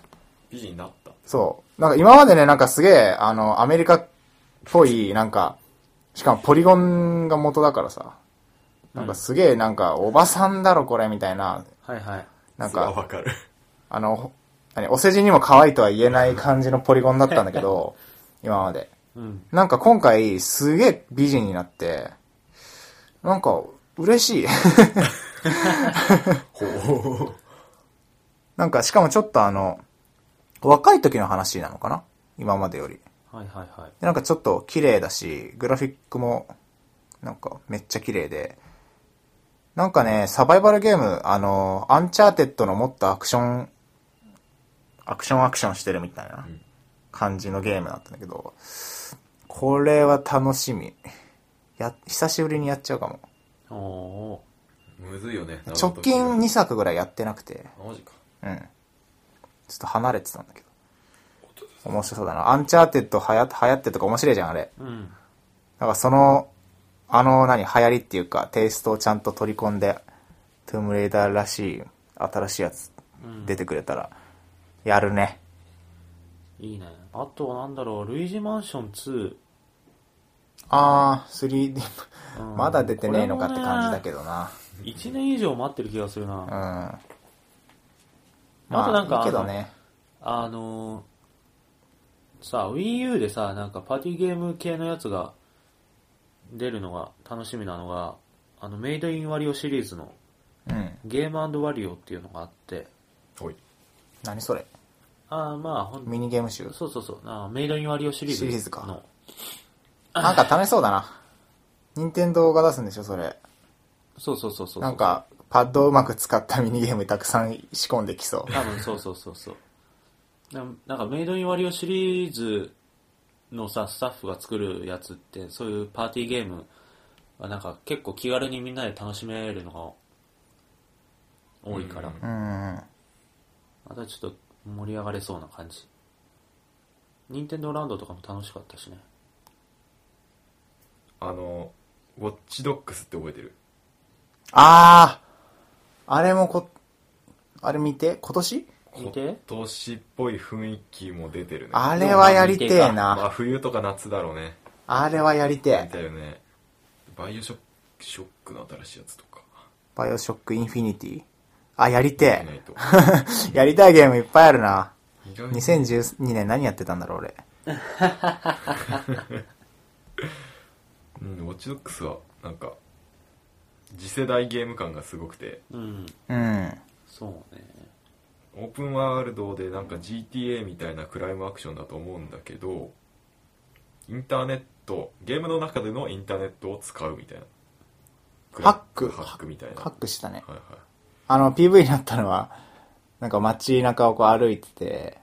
S3: 美人になった。
S1: そう。なんか今までね、なんかすげえ、あの、アメリカっぽい、なんか、しかもポリゴンが元だからさ、なんかすげえ、なんか、おばさんだろこれ、みたいな、
S2: はいはい。
S1: なん
S3: それは
S1: か、
S3: わかる。
S1: あの、ほ何、お世辞にも可愛いとは言えない感じのポリゴンだったんだけ ど、今まで。
S2: うん。
S1: なんか今回、すげえ美人になって、なんか、嬉しい。
S3: ほう。
S1: なんか、しかもちょっとあの、若い時の話なのかな今までより。
S2: はいはいはい。
S1: で、なんかちょっと綺麗だし、グラフィックも、なんかめっちゃ綺麗で、なんかね、サバイバルゲーム、あの、アンチャーテッドのもっとアクション、アクションアクションしてるみたいな感じのゲームだったんだけど、これは楽しみ。や、久しぶりにやっちゃうかも。
S2: おお
S3: むずいよね。
S1: 直近
S3: ナルト
S1: 2作ぐらいやってなくて、
S3: あ、マジか。
S1: うん。ちょっと離れてたんだけど。面白そうだな。アンチャーテッドはや流行ってとか面白いじゃん、あれ。
S2: ー。うん。
S1: なんかその、あの、何、流行りっていうか、テイストをちゃんと取り込んで、トゥームレイダーらしい、新しいやつ、出てくれたら、やるね。
S2: いいね。あと、なんだろう、ルイージマンション2。
S1: あー、3D、
S2: うん
S1: まだ出てねえのかって感じだ
S2: こ
S1: けどな。
S2: れもね1年以上待ってる気がする
S1: うん。
S2: な。
S1: ま
S2: あとなんか
S1: いいけどね。
S2: あのー、さ、Wii U でさ、なんかパーティーゲーム系のやつが出るのが楽しみなのが、あの、メイドインワリオシリーズの
S1: うん。
S2: ゲームワリオっていうのがあって、
S3: ほい。
S1: 何それ
S2: あーまあ、ほん
S1: ミニゲーム集
S2: そうそうそう、あーメイドインワリオシリーズの
S1: シリーズかなんか楽しそうだな。任天堂が出すんでしょ、それ。
S2: そうそうそうそう。
S1: なん、か、パッドをうまく使ったミニゲームたくさん仕込んできそう。
S2: 多分そうそうそうそう。ななんかメイドインワリオシリーズのさ、スタッフが作るやつって、そういうパーティーゲームはなんか結構気軽にみんなで楽しめるのが多いから、
S3: うん
S1: うん。
S2: またちょっと盛り上がれそうな感じ。任天堂ランドとかも楽しかったしね。
S3: あの、ウォッチドックスって覚えてる
S1: あー、あれもこ、あれ見て、今年
S2: 見て
S3: 今年っぽい雰囲気も出てるね。
S1: あれはやりてえ
S3: まあ
S1: な。
S3: 冬とか夏だろうね。
S1: あれはやりて
S3: やり
S1: え。
S3: たいよね。バイオショック、ショックの新しいやつとか。
S1: バイオショックインフィニティ。あ、やりて
S3: 見ないと。
S1: え。やりたいゲームいっぱいあるな。
S3: 意外に
S1: 2012年何やってたんだろう、俺。
S3: うん、ウォッチドックスは、なんか、次世代ゲーム感がすごくて、
S2: うん、
S1: うん。
S2: そうね。
S3: オープンワールドでなんか GTA みたいなクライムアクションだと思うんだけど、インターネット、ゲームの中でのインターネットを使うみたいな。
S1: ハック
S3: ハックみたいな。
S1: ハックしたね。
S3: はいはい。
S1: あの、PV になったのは、なんか街中をこう歩いてて、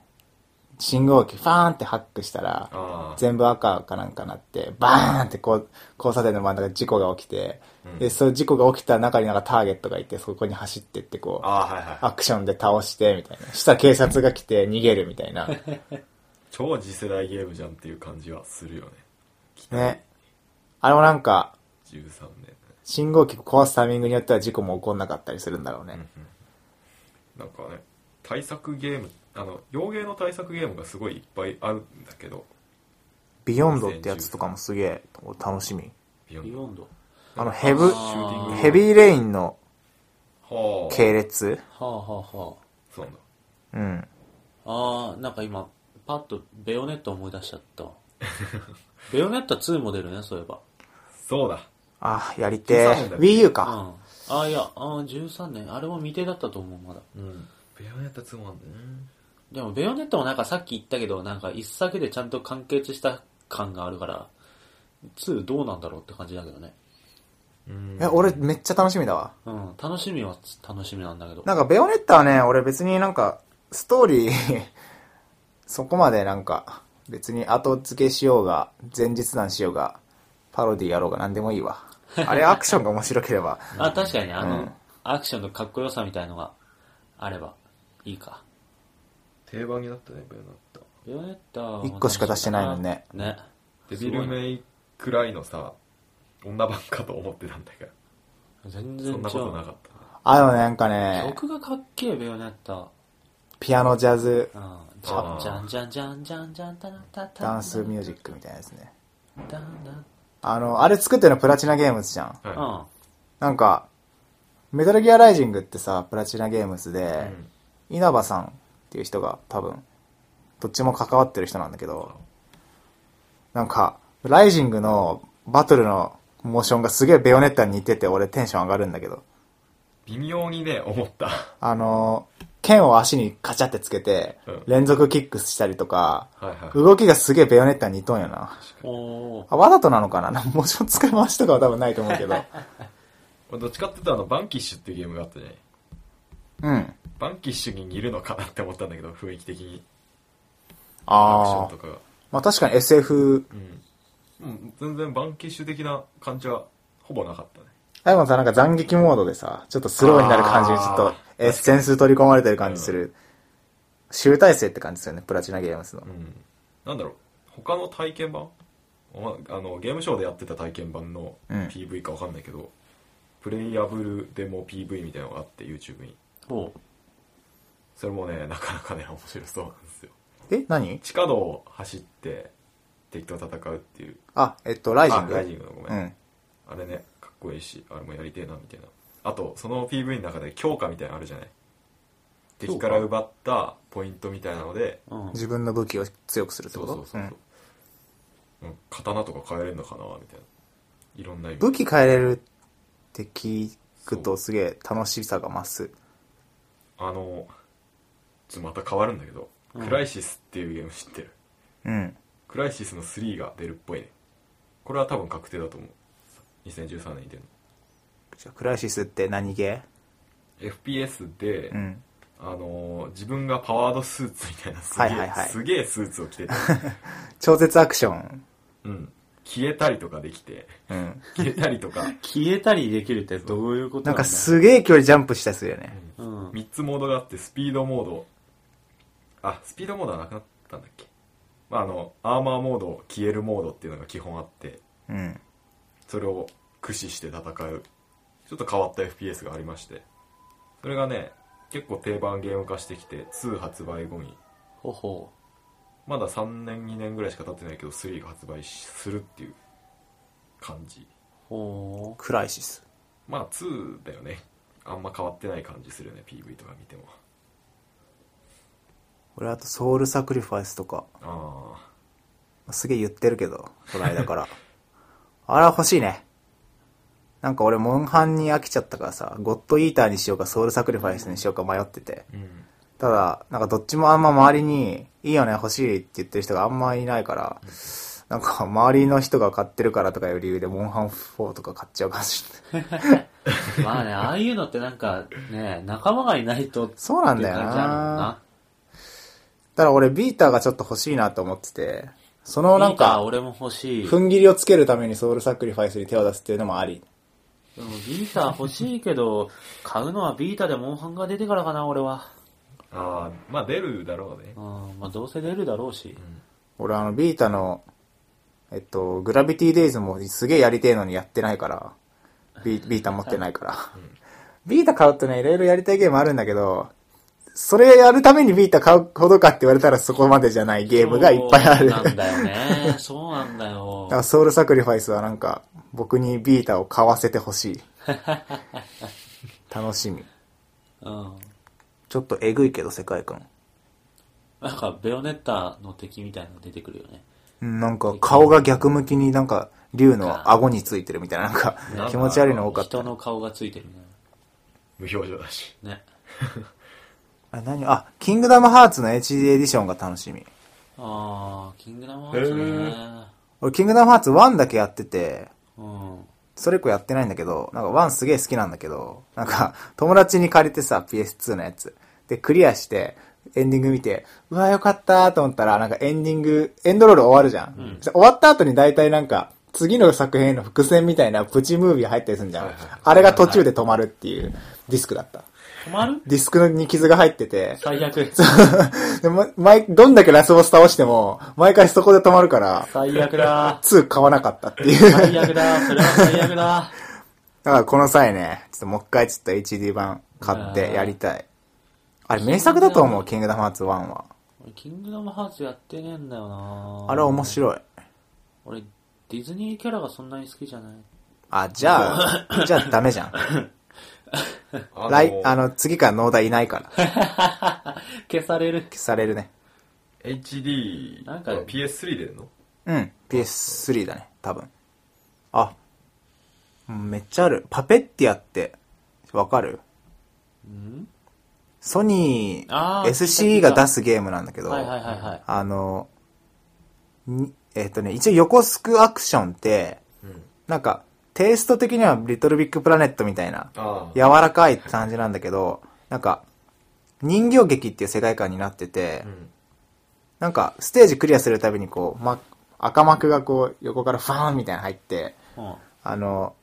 S1: 信号機ファーンってハックしたら、
S3: ああ。
S1: 全部赤かなんかなって、バーンってこう、交差点の真ん中で事故が起きて、
S3: うん
S1: で、そういう事故が起きた中になんかターゲットがいて、そこに走ってってこう、
S3: ああ、はいはいはい。
S1: アクションで倒して、みたいな。したら警察が来て逃げるみた いな。
S3: 超次世代ゲームじゃんっていう感じはするよね。
S1: ね。あれもなんか、
S3: 13年。
S1: 信号機壊すタイミングによっては事故も起こんなかったりするんだろうね。
S3: なんかね、対策ゲーム、あの、洋芸の対策ゲームがすごいいっぱいあるんだけど、
S1: ビヨンドってやつとかもすげえ楽しみ。
S3: ビヨ
S2: ビ
S3: ン
S2: ヨ
S3: ド
S2: ンド。
S1: あのヘブ
S3: シューティング
S1: ヘビーレインの
S3: はあ。
S1: 系列
S2: はあはあは
S3: そうなんだ。
S1: うん。
S2: あ。あー、なんか今、パッとベヨネット思い出しち ゃったわ。ベヨネット2も出るね、そういえば。
S3: そうだ。
S1: あ、やりて
S3: 13年
S1: ー。
S3: だ
S1: Wii U
S2: う
S1: か。
S2: ん。ああ、いや、あー13年。あれも未定だったと思う、まだ。
S3: うん。ベヨネッタ2もあんだよね。
S2: でも、ベヨネットもなんかさっき言ったけど、なんか一作でちゃんと完結した感があるから、2どうなんだろうって感じだけどね。
S3: うん
S1: え、俺めっちゃ楽しみだわ。
S2: うん。楽しみは楽しみなんだけど。
S1: なんか、ベヨネッタはね、俺別になんか、ストー リー、そこまでなんか、別に後付けしようが、前日談しようが、パロディやろうが何でもいいわ。あれアクションが面白ければ。
S2: あ、確かにね、あの、
S1: うん
S2: アクションのかっこよさみたいのがあればいいか。
S3: 定番になったね、ベヨネッタ。
S2: ベヨネッタは
S1: 一個しか出してないもんね。
S2: ね。
S3: デビルメイくらいのさ、女版かと思ってたんだけど、
S2: 全然違
S3: そ
S2: うん
S3: なことなかっ
S1: あ、でもねなんかね、
S2: 曲がかっけえ、ベヨネッタ。
S1: ピアノジャズ、
S2: うん。じ
S3: あ
S2: ゃ
S3: ー
S2: じゃんじゃんじゃんじゃんじゃんたなたた。
S1: ダンスミュー
S2: ジ
S1: ジックみたいなやつね。
S2: ック。だな。
S1: あの、あれ作ってるのプラチナゲームズじゃん。
S3: た
S2: う
S3: な。
S2: ん。
S3: は
S2: あ
S1: なんか、メタルギアライジングってさ、プラチナゲームズ
S3: い。
S1: で、稲葉さんっていう人が多分、どっちも関わってる人なんだけど、なんか、ライジングのバトルのモーションがすげえベヨネッタに似てて俺テンション上がるんだけど、
S3: 微妙にね、思った。
S1: あの、剣を足にカチャってつけて
S3: うん、
S1: 連続キックしたりとか、
S3: はいはい。
S1: 動きがすげえベヨネッタに似とんよな。
S2: おー。
S1: あ、わざとなのかなモーション使い回しとかは多分ないと思うけ ど。
S3: 俺どっちかっていうと、あの、バンキッシュっていうゲームがあったじゃない。
S1: うん。
S3: バンキッシュに似るのかなって思ったんだけど、雰囲気的に。
S1: あ
S3: アクションと
S1: あ。
S3: かが。
S1: まあ確かに SF
S3: うん。うん、全然バンキッシュ的な感じは、ほぼなかったね。
S1: 大門さんなんか斬撃モードでさ、ちょっとスローになる感じにちょっ
S3: あ
S1: と
S3: ー
S1: エッセンス取り込まれてる感じする。集大成って感じですよね、プラチナゲームスの。
S3: うん。なんだろう、他の体験版おまあの、ゲームショーでやってた体験版の
S1: うん
S3: PV かわかんないけど、プレイアブルデモ PV みたいなのがあって、YouTube に。
S2: おう。
S3: それもね、なかなかね、面白そうなんですよ。
S1: え何
S3: 地下道を走って、敵と戦うっていう。
S1: あ、えっと、ライジン
S3: あ
S1: グ。
S3: ライジングのごめん。
S1: うん。
S3: あれね、かっこいいし、あれもやりてえな、みたいな。あと、その PV の中で強化みたいなのあるじゃない敵から奪ったポイントみたいなので、
S2: うん。
S1: 自分の武器を強くするって
S3: そう
S1: こ
S3: そ
S1: と
S3: うそうそう
S1: うん、
S3: うん刀とか変えれるのかな、みたいな。いろんな意味。
S1: 武器変えれるって聞くとすげえ楽しさが増す。
S3: あの、ちょっとまた変わるんだけど、
S2: うん
S3: クライシスっていうゲーム知ってる。
S1: うん。
S3: クライシスの3が出るっぽいね。これは多分確定だと思う。2013年に出る
S1: じゃあクライシスって何ゲ
S3: の。FPS で、
S1: ーうん。
S3: あのー自分がパワードスーツみたいなすげ
S1: は
S3: え、
S1: いはいはい
S3: すげえスーツを着てて、
S1: 超絶アクション。
S3: うん、消えたりとかできて、
S1: うん。
S3: 消えたりとか、
S2: 消えたりできるってどういうこと
S1: なんか
S2: だ
S1: すげえ距離ジャンプしたりするよね。
S2: うん。
S3: 3つモードがあって、スピードモード、あ、スピードモードはなくなったんだっけ。まあ、あの、アーマーモード、消えるモードっていうのが基本あって、
S1: うん。
S3: それを駆使して戦う、ちょっと変わった FPS がありまして、それがね、結構定番ゲーム化してきて、2発売後に、
S2: ほほ
S3: まだ3年2年ぐらいしか経ってないけど3が発売するっていう感じ
S2: う。ほ
S1: クライシス。
S3: まあ2だよねあんま変わってない感じするよね PV とか見ても
S1: 俺あとソウルサクリファイスとか、
S3: あ
S1: すげえ言ってるけど、この間から。 あれは欲しいね。なんか俺、モンハンに飽きちゃったからさ、ゴッドイーターにしようか、ソウルサクリファイスにしようか迷ってて。
S3: あうん
S1: ただ、なんかどっちもあんま周りに、いいよね、欲しいって言ってる人があんまいないから、なんか周りの人が買ってるからとかいう理由で、モンハン4とか買っちゃうかもしれない。
S2: う。まあね、ああいうのってなんかね、仲間がいないとって
S1: そうなん
S2: いう
S1: だよ
S2: 感じあるもん
S1: な
S2: な。。
S1: だから俺、ビーターがちょっと欲しいなと思ってて、そのなん
S2: ビーター
S1: か、
S2: 俺も欲しい。でも
S1: 踏ん切りをつけるためにソウルサクリファイスに手を出すっていうのもあり。
S2: ビーター欲しいけど、買うのはビーターでモンハンが出てからかな、俺は。
S3: あーまあ出るだろうね
S2: うん、まあどうせ出るだろうし。
S1: 俺あのビータの、えっと、グラビティデイズもすげえやりてえのにやってないから、ビビータ持ってないから。ビータ買うとね、いろいろやりたいゲームあるんだけど、それやるためにビータ買うほどかって言われたらそこまでじゃないゲームがいっぱいある。
S2: そ
S1: だ
S2: う
S1: か
S2: なんだよね。そうなんだよ。
S1: らソウルサクリファイスはなんか、僕にビータを買わせてほしい。楽しみ。
S2: うん。
S1: ちょっとえぐいけど、世界観。
S2: なんか、ベヨネッタの敵みたいなの出てくるよね。
S1: うんなんか顔が逆向きになんか、竜の顎についてるみたいな、なんか
S3: なんか
S1: 気持ち悪いの多かった
S2: 人。の顔がついてるね。
S3: 無表情 だし
S2: ね。
S1: あ、何あ、キングダムハーツの HD エディションが楽しみ。
S2: あー、キングダムハーツね。
S1: 俺、キングダムハーツ1だけやってて、
S2: うん。
S1: それ以降やってないんだけど、なんか1すげえ好きなんだけど、なんか、友達に借りてさ、PS2 のやつ。で、クリアして、エンディング見て、うわ、よかったーと思ったら、なんかエンディング、エンドロール終わるじゃん。で終わった後に大体なんか、次の作品への伏線みたいなプチムービー入ったりするじゃん。
S3: はいはい
S1: あれが途中で止まるっていうディスクだった。
S2: 止まる
S1: ディスクに傷が入ってて、
S2: 最悪。
S1: で、ま、毎、どんだけラスボス倒しても、毎回そこで止まるから、
S2: 最悪だ。
S1: 2買わなかったっていう。だ
S2: 最悪だ。それは最悪だ。
S1: からこの際ね、ちょっともう一回ちょっと HD 版買ってやりたい。あれ名作だと思う、キングダムハーツ1は。
S2: 俺、キングダムハーツやってねえんだよな
S1: あれ面白い。
S2: 俺、ディズニーキャラがそんなに好きじゃない。
S1: あ、じゃあ、 じゃあダメじゃん。
S3: あ
S1: 来、あの、次から農大いないから。消
S2: 消される。
S1: されるね。
S3: HD
S2: なんか
S3: あ PS3 出るの
S1: うん、PS3 だね、多分。あ、うんめっちゃある。パペッティアって、わかる
S2: うん
S1: ソニー
S2: あー
S1: SCE が出すゲームなんだけど、
S2: はいはいはいはい。
S1: あの、にえっ、とね、一応横スクアクションって、
S3: うん
S1: なんか、テイスト的にはリトルビッグプラネットみたいな、
S3: あ
S1: 柔らかい感じなんだけど、なんか、人形劇っていう世界観になってて
S3: う、ん
S1: なんか、ステージクリアするたびにこう、ま、赤幕がこう、横からファーンみたいなの入って、
S2: うん。
S1: あの、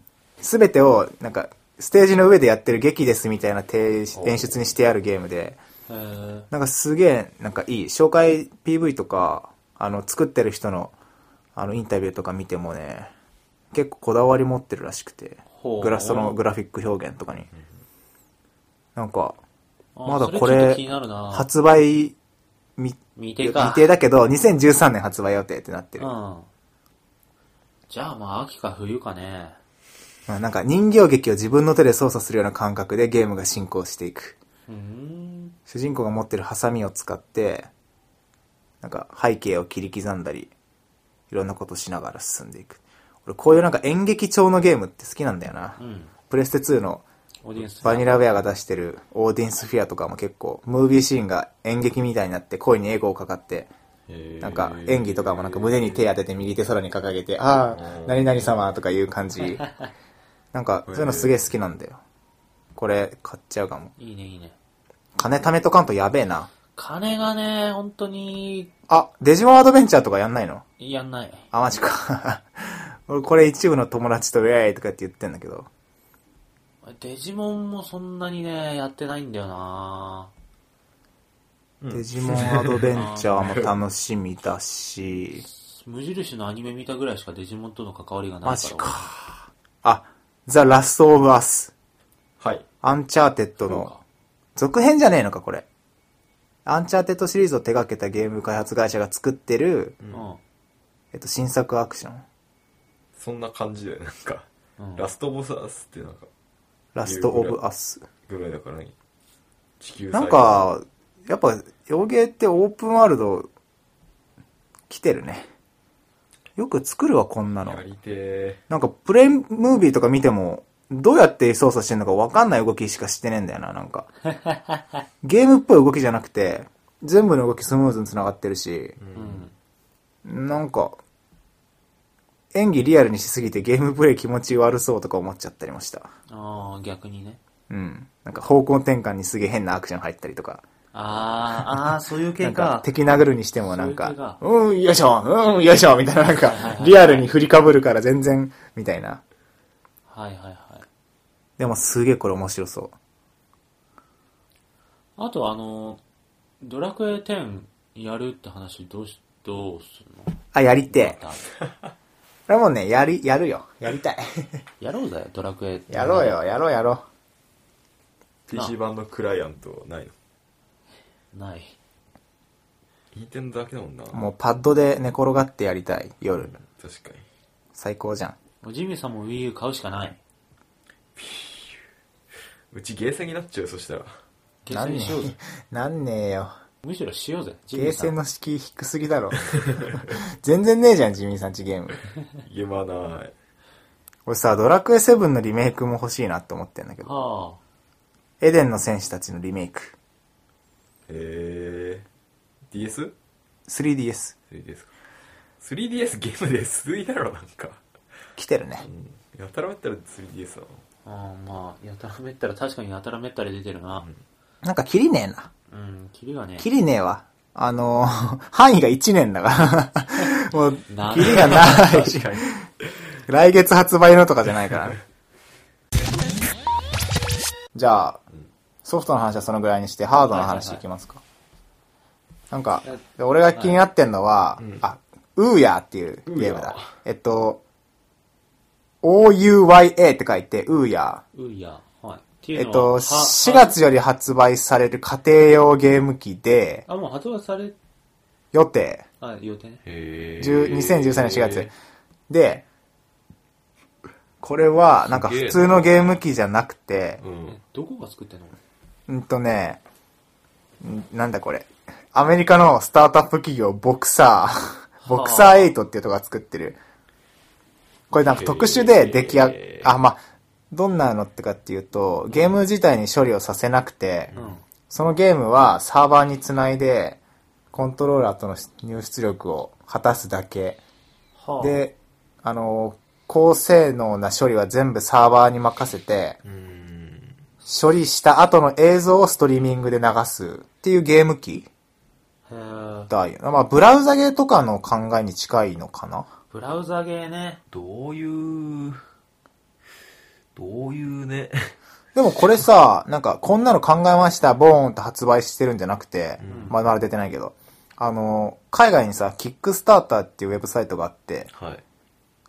S1: すべてを、なんか、ステージの上でやってる劇ですみたいな提演出にしてあるゲームで、
S2: えー、
S1: なんかすげえ、なんかいい。紹介 PV とか、あの、作ってる人の、あの、インタビューとか見てもね、結構こだわり持ってるらしくて
S2: ほ、う
S1: グラそのグラフィック表現とかに。なんか、
S2: あ
S1: まだ
S2: それ
S1: こ
S2: ちょっ
S1: れ
S2: と気になるな、
S1: 発売、み、
S2: 未定か。
S1: 未定だけど、2013年発売予定ってなってる。
S2: うん。じゃあまあ秋か冬かね。
S1: うんなんか人形劇を自分の手で操作するような感覚でゲームが進行していく。
S2: うーん。
S1: 主人公が持ってるハサミを使って、なんか背景を切り刻んだり、いろんなことしながら進んでいく。俺こういうなんか演劇調のゲームって好きなんだよな。
S2: うん。
S1: プレステ2の
S2: オーディエンス。
S1: バニラウェアが出してるオーディエンスフィアとかも結構、ムービーシーンが演劇みたいになって声にエゴをかかって、なんか演技とかもなんか胸に手当てて右手空に掲げて、ああ、何々様とかいう感じ。なんかそういうのすげえ好きなんだよ。これ買っちゃうかも。
S2: いいねいいね。
S1: 金貯めとかんとやべえな。
S2: 金がね、本当に、
S1: あ、デジモンアドベンチャーとかやんないの
S2: やんない。
S1: あ、マジか。 俺これ一部の友達とウェーイとかって言ってんだけど。
S2: デジモンもそんなにね、やってないんだよな
S3: うん
S1: デジモンアドベンチャーも楽しみだし。
S2: 無印のアニメ見たぐらいしかデジモンとの関わりがないから。
S1: マジか。あ、ザ・ラスト・オブ・アス。
S3: はい。
S1: アンチャーテッド
S2: 俺。そう
S1: の
S2: か
S1: 続編じゃねえのか、これ。アンチャーテッドシリーズを手掛けたゲーム開発会社が作ってる、えっと、新作アクション。
S3: そんな感じだよね、なんか。
S2: うん。うん。
S3: ラストボスアスってなんか、
S1: ラスト・オブ・アス。
S3: ぐらいだから何地球
S1: な
S3: 最
S1: ん
S3: 後
S1: か、やっぱ、洋芸ってオープンワールド、来てるね。よく作るわ、こんなの
S3: や。りてー
S1: なんか、プレイムービーとか見ても、どうやって操作してんのかわかんない動きしかしてねえんだよな、なん か。ゲームっぽい動きじゃなくて、全部の動きスムーズに繋がってるし、
S2: うん。
S1: なんか、演技リアルにしすぎてゲームプレイ気持ち悪そうとか思っちゃったりもした。
S2: ああ、逆にね。
S1: うん。なんか方向転換にすげえ変なアクション入ったりとか。
S2: ああ、ああ、そういう
S1: な
S2: 系
S1: んか
S2: か。
S1: 敵殴るにしてもなん
S2: そういう系か
S1: か、うん、よいしょ、うん、よいしょ、みたいななんか、リアルに振りかぶるから全然、みたいな。
S2: はいはいはい。
S1: でもすげえこれ面白そう。
S2: あとあの、ドラクエ10やるって話どうし、どうするの
S1: あ、やり てえ。
S2: ま
S1: これもうね、やり、やるよ。やりたい。
S2: たやろうぜ、ドラクエ。
S1: やろう。よ、やろうやろ
S3: PC 版のクライアントないの
S2: ない。
S3: 引いてんだけだもんな
S1: う。もうパッドで寝転がってやりたい、夜。
S3: 確かに
S1: 最高じゃん。
S2: もうジミーさんも Wii U 買うしかない。
S3: うちゲーセンになっちゃうよ そしたら
S2: ゲーセンにしようぜ。
S1: なんねえよ。
S2: むしろしようぜ、ジミ
S1: ゲ
S2: ー
S1: ー
S2: さ
S1: セン
S2: ん。
S1: の敷居低すぎだろ。 全然ねえじゃん、ジミーさんちゲーム。
S3: ゲームはない
S1: 俺さ、ドラクエ7のリメイクも欲しいなって思ってんだけど。
S2: は
S1: エデンの戦士たちのリメイク。
S3: へえ DS?3DS
S1: 3DS。
S3: か 3DS ゲームで薄いだろなんか、
S1: 来てるね。
S3: やたらめったら 3DS だもん
S2: あ。ああ、まあ、やたらめったら、確かにやたらめったら出てるな。
S1: なんかキリねえな。
S2: うん、キリがね。
S1: キリねえわ。あの ー範囲が1年だから。もう、キリが
S2: な
S1: ない。
S3: 確かに
S1: 来月発売のとかじゃないからね。じゃあ、ソフトの話はそのぐらいにして、ハードの話いきますか。なんか、で俺が気になってんのは、あ、ウーヤーっていうゲーム
S3: ウーヤ
S1: だえ
S3: ー。
S1: っと、OUYA って書いて、ウーヤー。
S2: ういや、はい。ってい
S1: え
S2: う
S1: っ
S2: の
S1: と、
S2: は、は
S1: 4。月より発売される家庭用ゲーム機で、
S2: はあ、もう発売され、
S1: 予定。
S2: あ、予定ね。
S3: へ
S1: 10 2013年4月。で、これは、なんか
S3: すげえ
S1: 普
S3: な
S1: 通のゲーム機じゃなくて、
S3: うん
S2: どこが作ってんの
S1: うんとね、んなんだこれ。アメリカのスタートアップ企業、ボクサー、ボクサー8っていうとこが作ってる。これなんか特殊で出来上が
S3: へ、ー
S1: あ、まあ、どんなのってかっていうと、ゲーム自体に処理をさせなくて、
S2: うん。
S1: そのゲームはサーバーにつないで、コントローラーとの入出力を果たすだけ。
S2: はあ、
S1: で、あの、高性能な処理は全部サーバーに任せて、
S3: うん
S1: 処理した後の映像をストリーミングで流すっていうゲーム機
S2: へー
S1: だよな。まあ、ブラウザゲーとかの考えに近いのかな
S2: ブラウザゲーね。
S3: どういうどういうね
S1: でもこれさ、 なんか、こんなの考えました、ボーンと発売してるんじゃなくて、まだまだ出てないけど、あの、海外にさ、キックスターターっていうウェブサイトがあって、
S3: はい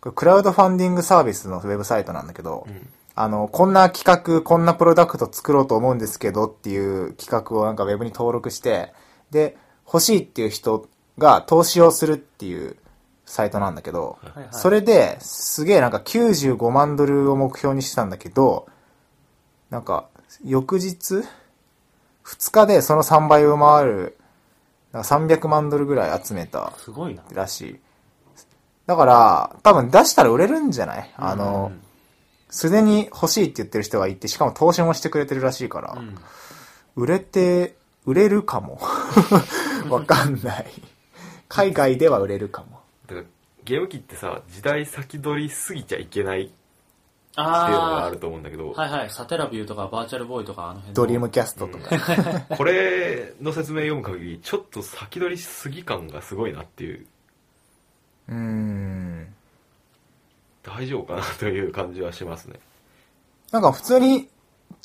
S1: これクラウドファンディングサービスのウェブサイトなんだけど、
S3: ん
S1: あの、こんな企画、こんなプロダクト作ろうと思うんですけどっていう企画をなんかウェブに登録して、で、欲しいっていう人が投資をするっていうサイトなんだけど、
S2: はいはい。
S1: それですげえなんか95万ドルを目標にしてたんだけど、なんか翌日 ?2 日でその3倍を回る、なんか300万ドルぐらい集めた
S2: すごいな。
S1: らしい。だから、多分出したら売れるんじゃないあの、すでに欲しいって言ってる人がいて、しかも投資もしてくれてるらしいから、
S2: ん
S1: 売れて、売れるか も。わかんない。海外では売れるかも。
S3: だからゲーム機ってさ時代先取りすぎちゃいけないっていうのが
S2: あ
S3: あると思うんだけど、
S2: あ、はいはい、サテラビューとかバーチャルボーイとかあの辺の
S1: ドリームキャストとか。
S3: これの説明読む限り、ちょっと先取りしすぎ感がすごいなっていう、
S1: うーん。
S3: 大丈夫かなという感じはしますね。
S1: なんか普通に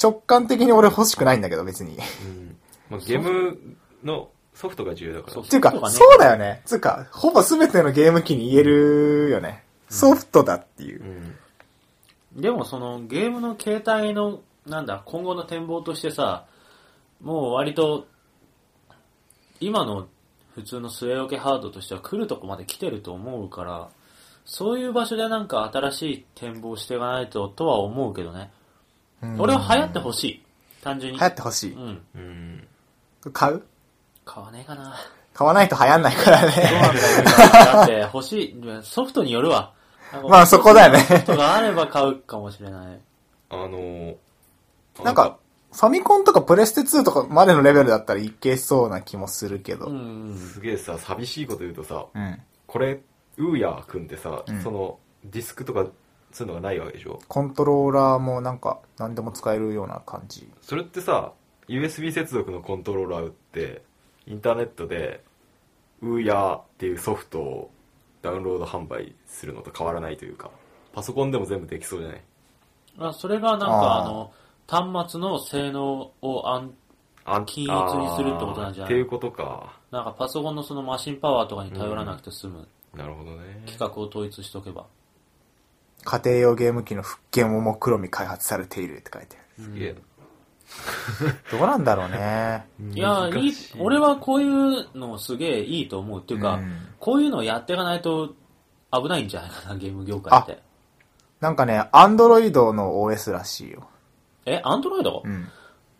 S1: 直感的に俺欲しくないんだけど、 別に。
S3: うん。まあ、ゲームのソフトが重要だから。
S2: そう
S1: っていうか、
S2: ソフトがね
S1: そうだよね。つうか、ほぼ全てのゲーム機に言えるよね。ソフトだっていうう。
S3: ん。
S2: でもそのゲームの携帯の、なんだ、今後の展望としてさ、もう割と、今の普通の据え置きハードとしては来るとこまで来てると思うから、そういう場所でなんか新しい展望していかないととは思うけどね。
S1: うん
S2: 俺は流行ってほしい。単純に。
S1: 流行ってほし
S2: う
S1: い。
S2: ん。
S3: うん。
S1: 買う
S2: 買わねえかな。
S1: 買わないと流行んないから
S2: どう
S1: ね。
S2: なんだろうだって欲しい。ソフトによるわ。なんか
S1: まあそこだよね
S2: ソフトがあれば買うかもしれない。
S3: あのー
S1: なんか、、ファミコンとかプレステ2とかまでのレベルだったらいけそうな気もするけど。
S2: う
S1: うん。
S2: ん。
S3: すげえさ、寂しいこと言うとさ、これ、ウーヤー君ってさ、
S1: うん
S3: その、ディスクとか、そういうのがないわけでしょ
S1: コントローラーもなんか何でも使えるような感じ。
S3: それってさ、USB 接続のコントローラーって、インターネットで、ウーヤーっていうソフトをダウンロード販売するのと変わらないというか、パソコンでも全部できそうじゃない
S2: まあ、それがなんか
S1: あ
S2: あ
S1: ー
S2: の、端末の性能をあん、
S3: あん
S2: 均一にするってことなんじゃない
S3: あーっていうことか。
S2: なんかパソコンのそのマシンパワーとかに頼らなくて済む
S3: なるほどね。
S2: 規格を統一しとけば。
S1: 家庭用ゲーム機の復権も目論み開発されているって書いてあ
S3: すげえ
S1: る。どうなんだろうね。
S3: な。
S2: いや、い
S3: 難
S2: い
S3: し、
S2: 俺、はこういうのすげえいいと思うっていうか、
S1: うん
S2: こういうのやっていかないと危ないんじゃないかな、ゲーム業界って。
S1: なんかね、アンドロイドの OS らしいよ。
S2: え、アンドロイド
S1: うん。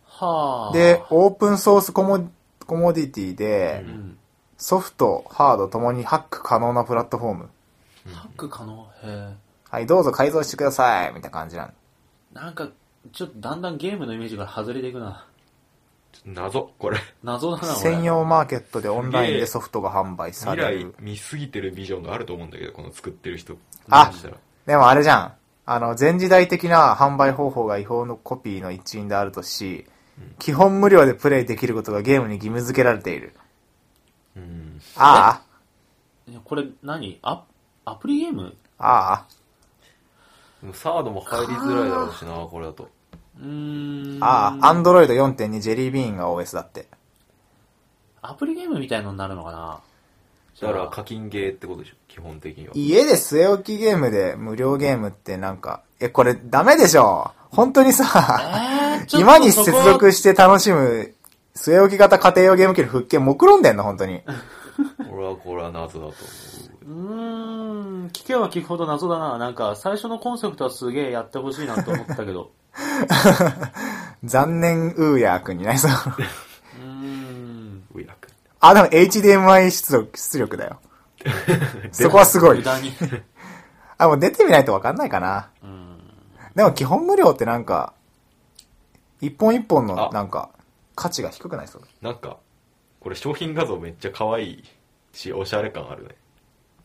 S2: はあ。
S1: で、オープンソースコモコモディティで、
S2: うん。
S1: ソフト、ハードともにハック可能なプラットフォーム。
S2: ハック可能へ
S1: はい、どうぞ改造してくださいみたいな感じなの。
S2: え。なんか、ちょっとだんだんゲームのイメージから外れていくな。
S3: ちょっと謎、これ。
S2: 謎だな、俺
S1: 専用マーケットでオンラインでソフトが販売さ
S3: 未
S1: れ
S3: 来
S1: る。
S3: 見すぎてるビジョンがあると思うんだけど、この作ってる人
S1: あ
S3: したら。
S1: でもあれじゃん。あの、前時代的な販売方法が違法のコピーの一員であるとし、基本無料でプレイできることがゲームに義務付けられている。
S3: うん。
S1: あ
S2: いやこれ何アアプリゲーム
S1: ああ
S3: でもサードも入りづらいだろうしな、これだと。
S2: うーん。
S1: あああアンドロイド4.2ジェリービーンが OS だって。
S2: アプリゲームみたいのになるのかな
S3: だから課金ゲーってことでしょ、基本的には。
S1: 家で据え置きゲームで無料ゲームってなんか、え、これダメでしょ本当にさ、
S2: えーちょっと
S1: 今に接
S2: そこ
S1: 続して楽しむ、据え置き型家庭用ゲーム機の復権目論んでんの本当に。
S3: 俺はこれは謎だと思う。
S2: うーん、聞けば聞くほど謎だな。なんか、最初のコンセプトはすげえやってほしいなと思ったけど。
S1: 残念ウーヤーくんになりそう。
S2: うーん。
S3: ウィラ君。
S1: あ、でも HDMI 出力出力 だよ。そこはすごい
S2: 無。駄に。
S1: あ、もう出てみないとわかんないかな。でも基本無料ってなんか、一本一本の
S3: あ
S1: なんか、価値が低くないそう
S3: なんか、これ商品画像めっちゃ可愛いし、おしゃれ感あるね。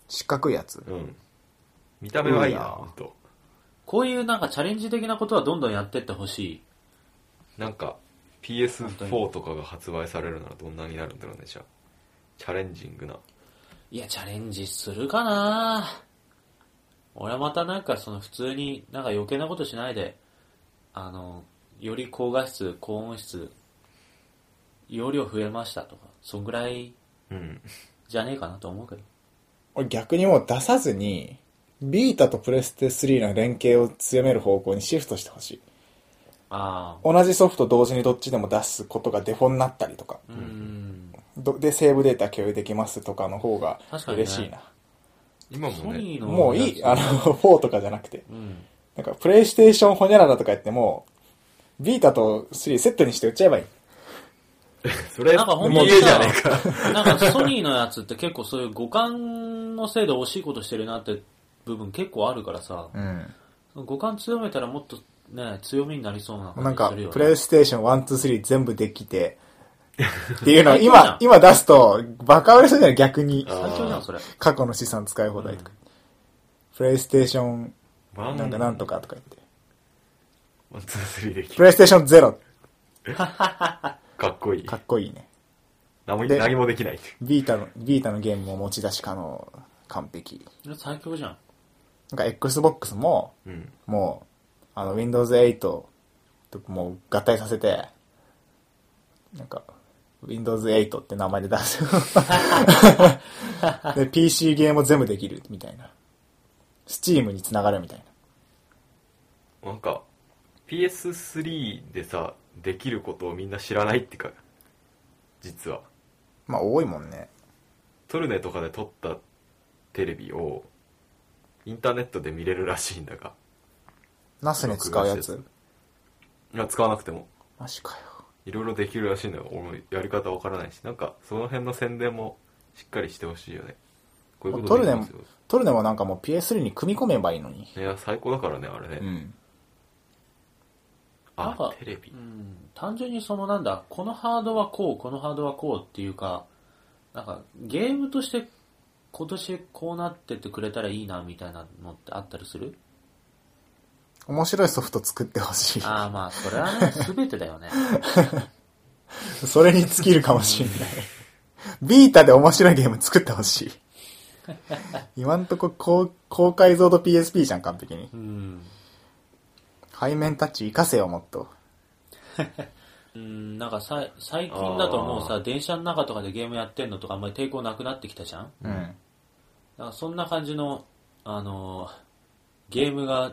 S1: 四角いやつ。
S3: うん。見た目はいいうな、
S1: ん
S3: ほんと。
S2: こういうなんかチャレンジ的なことはどんどんやってってほしい。
S3: なんか、
S2: 当に
S3: PS4 とかが発売されるならどんなになるんだろうね、じゃあ。チャレンジングな。
S2: いや、チャレンジするかな俺はまたなんかその普通になんか余計なことしないで、あの、より高画質、高音質、容量増えましたとか、そんぐらい
S3: うん。
S2: じゃねえかなと思うけど。
S1: 俺逆にもう出さずに、ビータとプレステ3の連携を強める方向にシフトしてほしい。
S2: あ
S1: 同じソフト同時にどっちでも出すことがデフォになったりとか、
S2: あ、うん。
S1: どでセーブデータ共有できますとかの方が
S2: 確かにね
S1: 嬉しいな。
S3: 今も
S2: ソニ
S3: ね
S2: ー、の
S1: もういい、あの、4とかじゃなくて。
S2: うん。
S1: なんか、プレイステーションホニャララとか言っても、ビータと3セットにして売っちゃえばいい。
S3: それ、
S2: なんか本
S3: も
S2: 当
S3: う
S2: に
S3: 家じ
S2: さ
S3: ゃねえか。、
S2: なんかソニーのやつって結構そういう互換のせいで惜しいことしてるなって部分結構あるからさ、
S1: うん。
S2: 互換強めたらもっとね、強みになりそうな
S1: なん
S2: 感じ
S1: か
S2: するよ、ね。
S1: プレイステーション1、2、3全部でき て、っていうのを
S2: 最強じゃん
S1: 今、今出すと、バカ売れするじゃない逆に。
S3: あ
S2: 最強じゃん、それ。
S1: 過去の資産使い放題とか。プレイステーション、
S3: ワン
S1: なんかなんとかとか言って。
S3: ワン、ツー、スリーでき
S1: プレイステーションゼロ。
S3: かっこいい。
S1: かっこいいね。
S3: 何も
S1: で
S3: 何もできない。
S1: ビータの、ビータのゲームも持ち出し可能。完璧。
S2: 最強じゃん。
S1: なんか Xbox も、
S3: うん。
S1: もう、あの、Windows 8と、もう合体させて、なんか、Windows 8って名前で出 す。で、PC ゲームも全部できる、みたいな。Steam につながるみたいな。
S3: なんか、PS3 でさ、できることをみんな知らないってか、実は。
S1: まあ、多いもんね。
S3: トルネとかで撮ったテレビを、インターネットで見れるらしいんだが。
S1: ナスに使うやつ。
S3: いや、使わなくても。
S1: マジかよ。
S3: いろいろできるらしいのよ。俺もやり方わからないし。なんか、その辺の宣伝もしっかりしてほしいよね。こういうこと
S1: トル
S3: でき
S1: ネ
S3: ま
S1: も
S3: すよ。、
S1: トルネもなんかもう PS3 に組み込めばいいのに。
S3: いや、最高だからね、あれね。
S1: うん。
S2: なんか
S3: あ、テレビ
S2: う。ん、単純にそのなんだ、このハードはこう、このハードはこうっていうか、なんかゲームとして今年こうなってってくれたらいいなみたいなのってあったりする
S1: 面白いソフト作ってほしい。
S2: ああまあ、それはね、すべてだよね。
S1: それに尽きるかもしれない。ビータで面白いゲーム作ってほしい。今んとこ高高解像度 PSP じゃん、完璧に
S2: う。ん。
S1: 背面タッチ活かせよ、もっと。
S2: うん、なんかさ最近だともう
S3: あ
S2: さ、電車の中とかでゲームやってんのとかあんまり抵抗なくなってきたじゃん
S1: うん。
S2: なんかそんな感じの、あのーゲームが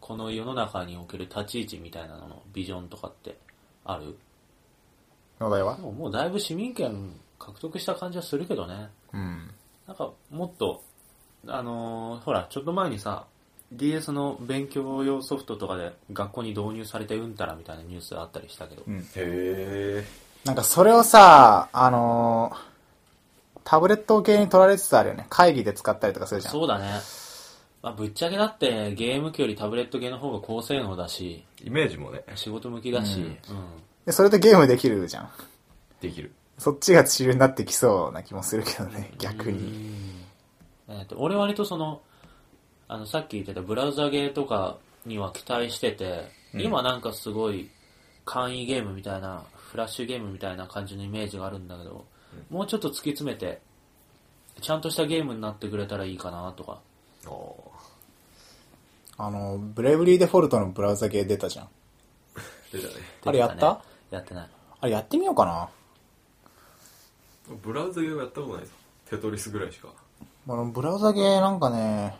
S2: この世の中における立ち位置みたいなののビジョンとかってある
S1: お題は
S2: でももうだいぶ市民権獲得した感じはするけどね。
S1: うん。
S2: なんかもっと、あのーほら、ちょっと前にさ、DS の勉強用ソフトとかで学校に導入されてうんたらみたいなニュースあったりしたけど。
S1: ん
S3: へ
S1: なんかそれをさ、あのータブレット系に取られつつあるよね。会議で使ったりとかするじゃん。
S2: そうだね。まあ、ぶっちゃけだってゲーム機よりタブレット系の方が高性能だし、
S3: イメージもね、
S2: 仕事向きだし、うん。
S1: で、それでゲームできるじゃん。
S3: できる。
S1: そっちが主流になってきそうな気もするけどね、逆に。
S2: えーと俺割とそのあのさっき言ってたブラウザゲーとかには期待してて、今なんかすごい簡易ゲームみたいなフラッシュゲームみたいな感じのイメージがあるんだけど、もうちょっと突き詰めてちゃんとしたゲームになってくれたらいいかなとか
S3: あー
S1: あの、ブレイブリーデフォルトのブラウザ系出たじゃん。
S3: 出たね。
S1: あれやった
S2: やってない
S1: あれやってみようかな。
S3: ブラウザゲームやったことないぞ。テトリスぐらいしか。
S1: あの、ブラウザ系なんかね、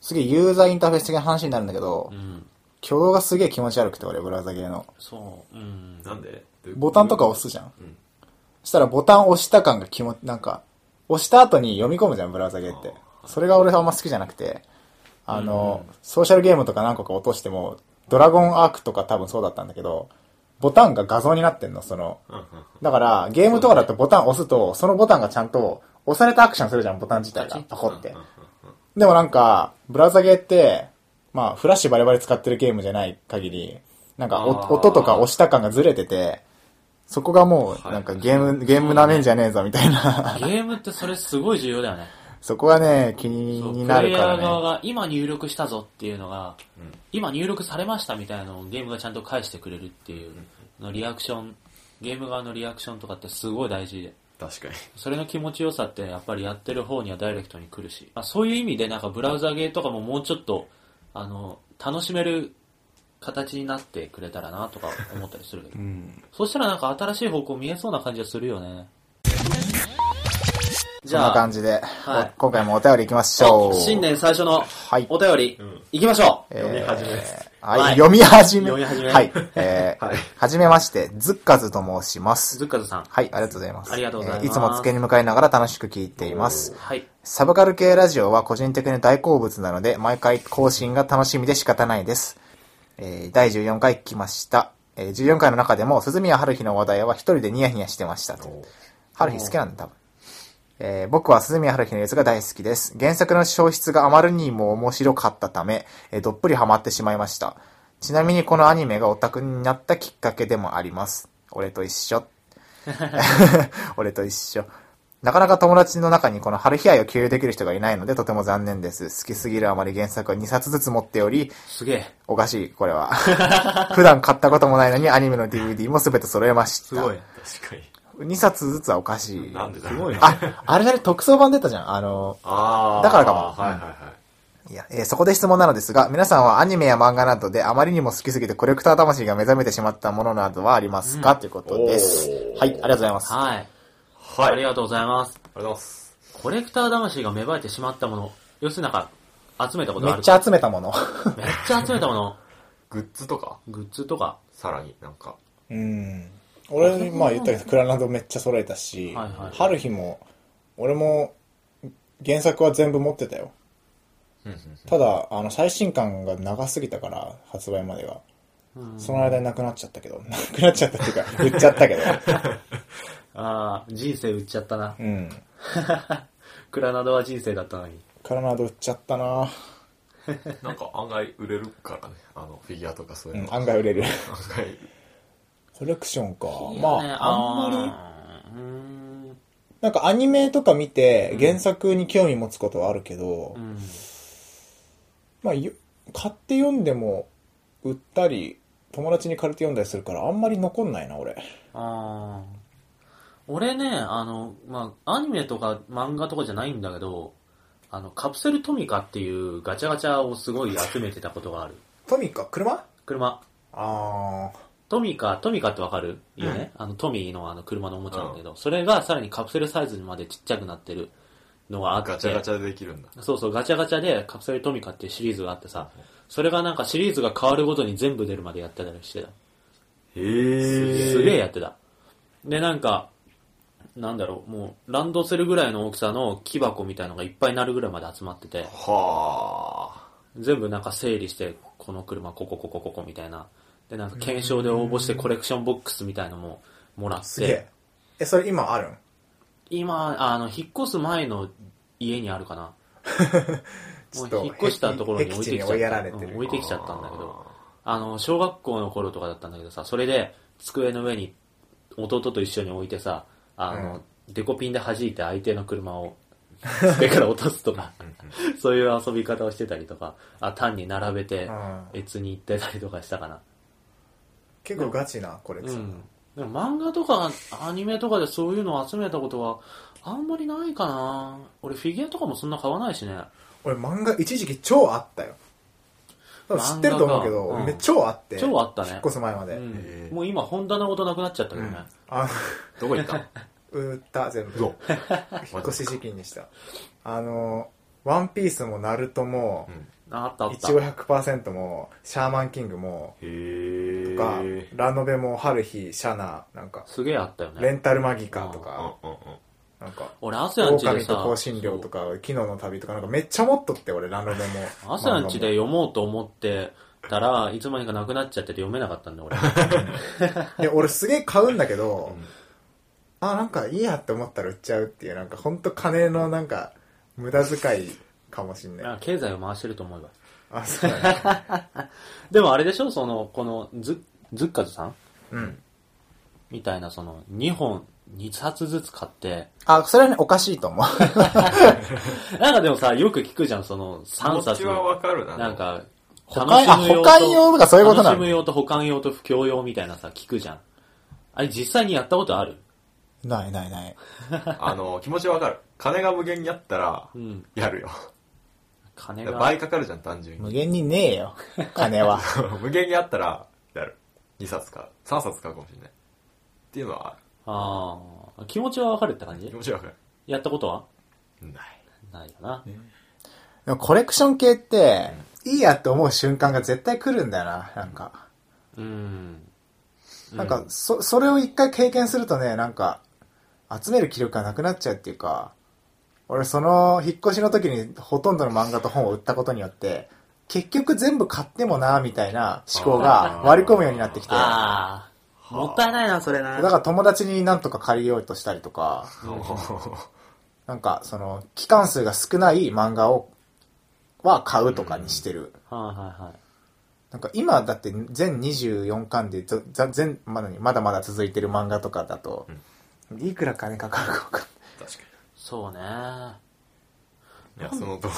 S1: すげえユーザーインターフェース的な話になるんだけど、
S2: うん
S1: 挙動がすげえ気持ち悪くて、俺、ブラウザ系の。
S2: そううん
S3: なんで
S1: ボタンとか押すじゃん。
S3: うん
S1: したらボタン押した感が気持ち、なんか、押した後に読み込むじゃん、ブラウザ系って。それが俺あんま好きじゃなくて、あの、ソーシャルゲームとか何個か落としても、ドラゴンアークとか多分そうだったんだけど、ボタンが画像になってんの、その、
S3: うんうんうん
S1: だから、ゲームとかだとボタン押すと、そのボタンがちゃんと、押されたアクションするじゃん、ボタン自体が。パコって。でもなんか、ブラウザゲーって、まあ、フラッシュバリバリ使ってるゲームじゃない限り、なんか
S3: あ
S1: お、
S3: ー
S1: 音とか押した感がずれてて、そこがもう、
S3: はい
S1: なんかゲーム、ゲームなめんじゃねえぞ、みたいな。
S2: ゲームってそれすごい重要だよね
S1: そこがね、気
S2: そう
S1: に
S2: プ
S1: な
S2: レ
S1: る
S2: イ
S1: か
S2: ヤ
S1: ら
S2: ー側
S1: ね。
S2: が今入力したぞっていうのが、今入力されましたみたいなのをゲームがちゃんと返してくれるっていうのリアクションゲーム側のリアクションとかってすごい大事で
S3: 確かに。
S2: それの気持ちよさってやっぱりやってる方にはダイレクトに来るし、まあ、そういう意味でなんかブラウザゲーとかももうちょっとあの楽しめる形になってくれたらなとか思ったりするけど、そしたらなんか新しい方向見えそうな感じがするよねじ
S1: そんな
S2: ゃあ
S1: 感じで、
S2: はい
S1: お今回もお便りいきましょう。
S2: 新年最初の
S1: はい
S2: お便り、
S3: ん
S2: いきましょう、
S1: えー
S3: 読み始めです
S1: は、
S2: はいい
S1: 読み始め。
S2: 読み始め
S1: はい。え ー
S3: はい
S1: はじめまして、ズッカズと申します。
S2: ズッカズさん
S1: はい、ありがとうございます。
S2: ありがとうございます
S1: えーいつも机に向かいながら楽しく聞いています。
S2: はい
S1: サブカル系ラジオは個人的に大好物なので、毎回更新が楽しみで仕方ないです。えー第14回聞きました。えー14回の中でも、鈴宮春日の話題は一人でニヤニヤしてましたと。春日好きなんだ、多分。えー僕は鈴宮春日のやつが大好きです。原作の小説があまりにも面白かったため、えーどっぷりハマってしまいました。ちなみにこのアニメがオタクになったき っかけでもあります。俺と一緒。俺と一緒。なかなか友達の中にこの春日愛を共有できる人がいないのでとても残念です。好きすぎるあまり原作は2冊ずつ持っており、
S2: すげえ。
S1: おかしい、これ は。普段買ったこともないのにアニメの DVD も全て揃えました。
S2: すごい。。
S3: 確か
S1: 2冊ずつはおかしい
S3: に。。なんでだ
S2: すごいな。
S1: あ、あれだね、特装版出たじゃん。あの、
S3: ああ。
S1: だからかも
S3: はいはいはい。
S1: いや、えーそこで質問なのですが、皆さんはアニメや漫画などであまりにも好きすぎてコレクター魂が目覚めてしまったものなどはありますか、ということです。
S3: おー
S1: はい、ありがとうございます。
S2: はい。
S3: はい。
S2: ありがとうございます。
S3: ありがとうございます。
S2: コレクター魂が芽生えてしまったもの。要するになんか、集めたこと
S1: め
S2: あ
S1: っ
S2: る
S1: ちゃ集めたもの。
S2: めっちゃ集めた もの。
S3: グッズとか、
S2: グッズとか。
S3: さらになんか。
S1: うん。俺、まあ言ったけど、クラナドめっちゃ揃えたし、
S2: はいはい
S1: 春日も、俺も、原作は全部持ってたよ。
S3: うん
S1: ただ、あの、最新刊が長すぎたから、発売までが。
S2: うん
S1: その間になくなっちゃったけど、 なくなっちゃったっていうか、売っちゃったけど。
S2: ああ、人生売っちゃったな。
S1: うん。
S2: クラナドは人生だったのに。
S1: クラナド売っちゃったな
S3: なんか案外売れるからね。あの、フィギュアとかそう
S1: う
S3: いうの。
S1: ん、案外売れる。
S3: 案外。
S1: コレクションか。
S2: いいよね
S1: まあ、あんまり、
S2: あーうーん
S1: なんかアニメとか見て原作に興味持つことはあるけど、
S2: うん。
S1: まあ、よ買って読んでも売ったり、友達に借りて読んだりするから、あんまり残んないな、俺。
S2: ああ。俺ね、あの、まあ、アニメとか漫画とかじゃないんだけど、あの、カプセルトミカっていうガチャガチャをすごい集めてたことがある。
S1: トミカ、車
S2: 車。
S1: あー。
S2: トミカ、トミカってわかるよね、あの、トミーのあの車のおもちゃなんだけど、それがさらにカプセルサイズにまでちっちゃくなってるのがあって。
S3: ガチャガチャでできるんだ。
S2: そうそう、ガチャガチャでカプセルトミカっていうシリーズがあってさ、それがなんかシリーズが変わるごとに全部出るまでやってたりしてた。
S3: へえ。
S2: すげえやってた。で、なんか、なんだろう、もう、ランドセルぐらいの大きさの木箱みたいのがいっぱいになるぐらいまで集まってて、
S3: はあ。
S2: 全部なんか整理して、この車、ここ、ここ、ここみたいな。で、なんか検証で応募してコレクションボックスみたいのももらっ
S1: すげえ
S2: て、。
S1: え、それ今あるん
S2: 今、あの、引っ越す前の家にあるかな。
S1: ちょっと
S2: もう引っ越したところに置いてきち
S1: 僻地
S2: ゃ
S1: に
S2: っ
S1: 追いや
S2: た。
S1: られてる
S2: うん置いてきちゃったんだけど、あの、小学校の頃とかだったんだけどさ、それで机の上に弟と一緒に置いてさ、あの、デコピンで弾いて相手の 車を、上から落とすとか、そういう遊び方をしてたりとか、あ単に並べて
S1: うん、
S2: 越に行ってたりとかしたかな。
S1: 結構ガチなコレク
S2: う
S1: ション。
S2: ん。でも漫画とかアニメとかでそういうのを集めたことはあんまりないかな俺フィギュアとかもそんな買わないしね。
S1: 俺漫画一時期超あったよ。多分知ってると思うけど、
S2: 漫画かうん
S1: め超あって。
S2: 超あったね
S1: 引っ越す前まで。
S2: うん
S3: へ、え
S2: もう今本棚ごとなくなっちゃったけどね。
S1: あ
S3: どこ行った
S1: の、売った、全部。
S3: ぞ。
S1: 引っ越し時期にした。あの、ワンピースもナルトも、
S2: ああったあっ
S1: 一
S2: た。
S1: 応100%も、シャーマンキングも、
S3: へえ。
S1: とか、ラノベも、ハルヒ、シャナ、なんか、
S2: すげえあったよ
S1: レ
S2: ね。
S1: ンタルマギカとか、
S3: うんうんうん。
S1: なんか、
S2: 俺、アセアンチで
S1: 狼
S2: さ、
S1: と香辛料とか、昨日の旅とか、なんかめっちゃ持っとって、俺、ラノベも。
S2: アセアンチで
S1: 漫
S2: 読もうと思ってたらいつまにかなくなっちゃってて読めなかったんだよ俺。
S1: 画も。で、俺すげえ買うんだけど、あ、なんかいいやって思ったら売っちゃうっていう、なんかほんと金のなんか、無駄遣いかもしんない。
S2: あ経済を回してると思えば。
S1: あ、そうだね。
S2: でもあれでしょその、このズ、ズッカズさん
S1: うん。
S2: みたいな、その、2本、2冊ずつ買って、
S1: あ、それはね、おかしいと思う。
S2: なんかでもさ、よく聞くじゃん、その、3
S3: 気持
S2: 冊
S3: ち。はわかるな。
S2: なん、か、
S1: 保管あ保管用とかそういうことなの
S2: 楽しむ用と保管用と不況用みたいなさ、聞くじゃん。あれ実際にやったことある
S1: ないないない。
S3: あの、気持ちはわかる。金が無限にあったら
S2: う、ん。
S3: やるよ。
S2: 金が。
S3: 倍かかるじゃん、単純
S1: 無
S3: に。
S1: 限にねえよ。金 は。
S3: 無限にあったら、やる。2冊買う。3冊買うかもしれない。っていうのはある、
S2: ああ、気持ちはわかるって感じ
S3: 気持ちはわかる。
S2: やったことは
S3: ない。
S2: ないよな。
S1: でもコレクション系って、いいやって思う瞬間が絶対来るんだよな、なんか。
S2: うん。
S1: なんか、そ、それを一回経験するとね、なんか、集める気力がなくなっちゃうっていうか、俺その引っ越しの時にほとんどの漫画と本を売ったことによって、結局全部買ってもな、みたいな思考が割り込むようになってきて、だ
S2: ああ、もったいないな、それな。
S1: から友達になんとか借りようとしたりとか、なんかその期間数が少ない漫画を、は買うとかにしてる。
S2: はいはいはい。
S1: なんか今だって全24巻でざざ全、まだにまだまだ続いてる漫画とかだと、いくら金かかるか分かんない。
S3: 確かに。
S2: そうね。
S3: いや、その通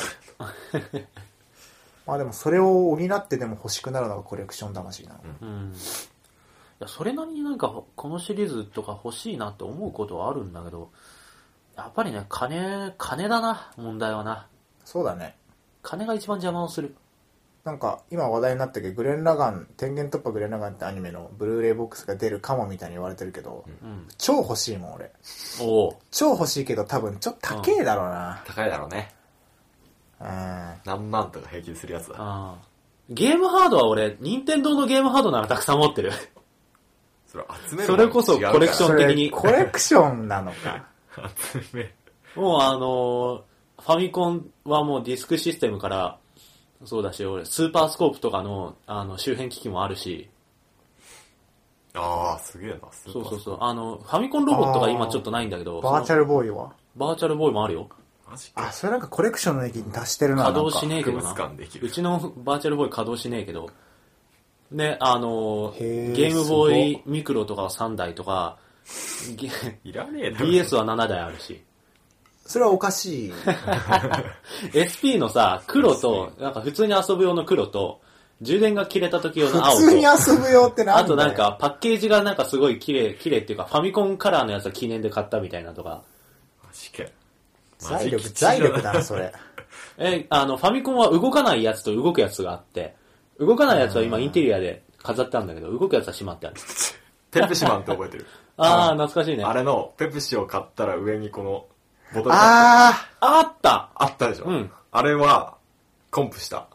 S3: り。
S1: まあでもそれを補ってでも欲しくなるのがコレクション魂なの。
S2: うん。いや、それなりになんかほ、このシリーズとか欲しいなって思うことはあるんだけど、やっぱりね、金、金だな、問題はな。
S1: そうだね。
S2: 金が一番邪魔をする。
S1: なんか今話題になったけど、グレン・ラガン、天元突破グレン・ラガンってアニメのブルーレイボックスが出るかもみたいに言われてるけど、
S2: うん。
S1: 超欲しいもん俺。
S2: おお。
S1: 超欲しいけど多分ちょっと高えだろうな。
S3: 高いだろうね。
S1: うん。
S3: 何万とか平気でするやつだ。
S2: ああ。ゲームハードは俺、任天堂のゲームハードならたくさん持ってる。
S3: それ集める
S2: それこそコレクション
S1: そ
S2: 的
S1: れ
S2: に
S1: コレクションな のか。
S3: ョン。集める。
S2: もうあのーファミコンはもうディスクシステムから、そうだし、俺、スーパースコープとかの、あの、周辺機器もあるし、
S3: ああ、すげえな。スーパ
S2: そ
S3: ー
S2: うそうそう、あの、ファミコンロボットが今ちょっとないんだけど、
S1: バーチャ
S2: ル、
S1: ルボーイは。
S2: バーチャルボーイもあるよ。
S3: マジ
S1: あ、
S3: か。
S1: それなんかコレクションの域に達してるな。
S2: 稼働しねえけど
S3: 博
S2: な
S3: 物館でき。る
S2: うちのバーチャルボーイ稼働しねえけど、ね、あの
S1: へえ
S2: ーゲームボーイミクロとかは3台とか、ゲ
S3: いらねえだろ。
S2: DS は7台あるし。
S1: それはおか しい。
S2: SP のさ、黒と、なんか普通に遊ぶ用の黒と、充電が切れた時用の青と、
S1: 普通に遊ぶよってなんだ
S2: あ
S1: よ
S2: となん、かパッケージがなんかすごい綺麗、綺麗っていうかファミコンカラーのやつは記念で買ったみたいなとか。
S3: マジかよ。
S1: 財
S3: マジ
S1: 力、
S3: 基地
S1: 財力だ
S3: だな
S1: な、 それ。
S2: え、あの、ファミコンは動かないやつと動くやつがあって、動かないやつは今インテリアで飾ってあるんだけど、動くやつはしまってある。
S3: ペプシマンって覚えてる。
S2: あー、懐か しいね。
S3: あ
S2: あ
S3: れの、ペプシを買ったら上にこの、ボトルが
S1: あ
S2: った
S3: あったでしょ。
S2: うん
S3: あれは、コンプした。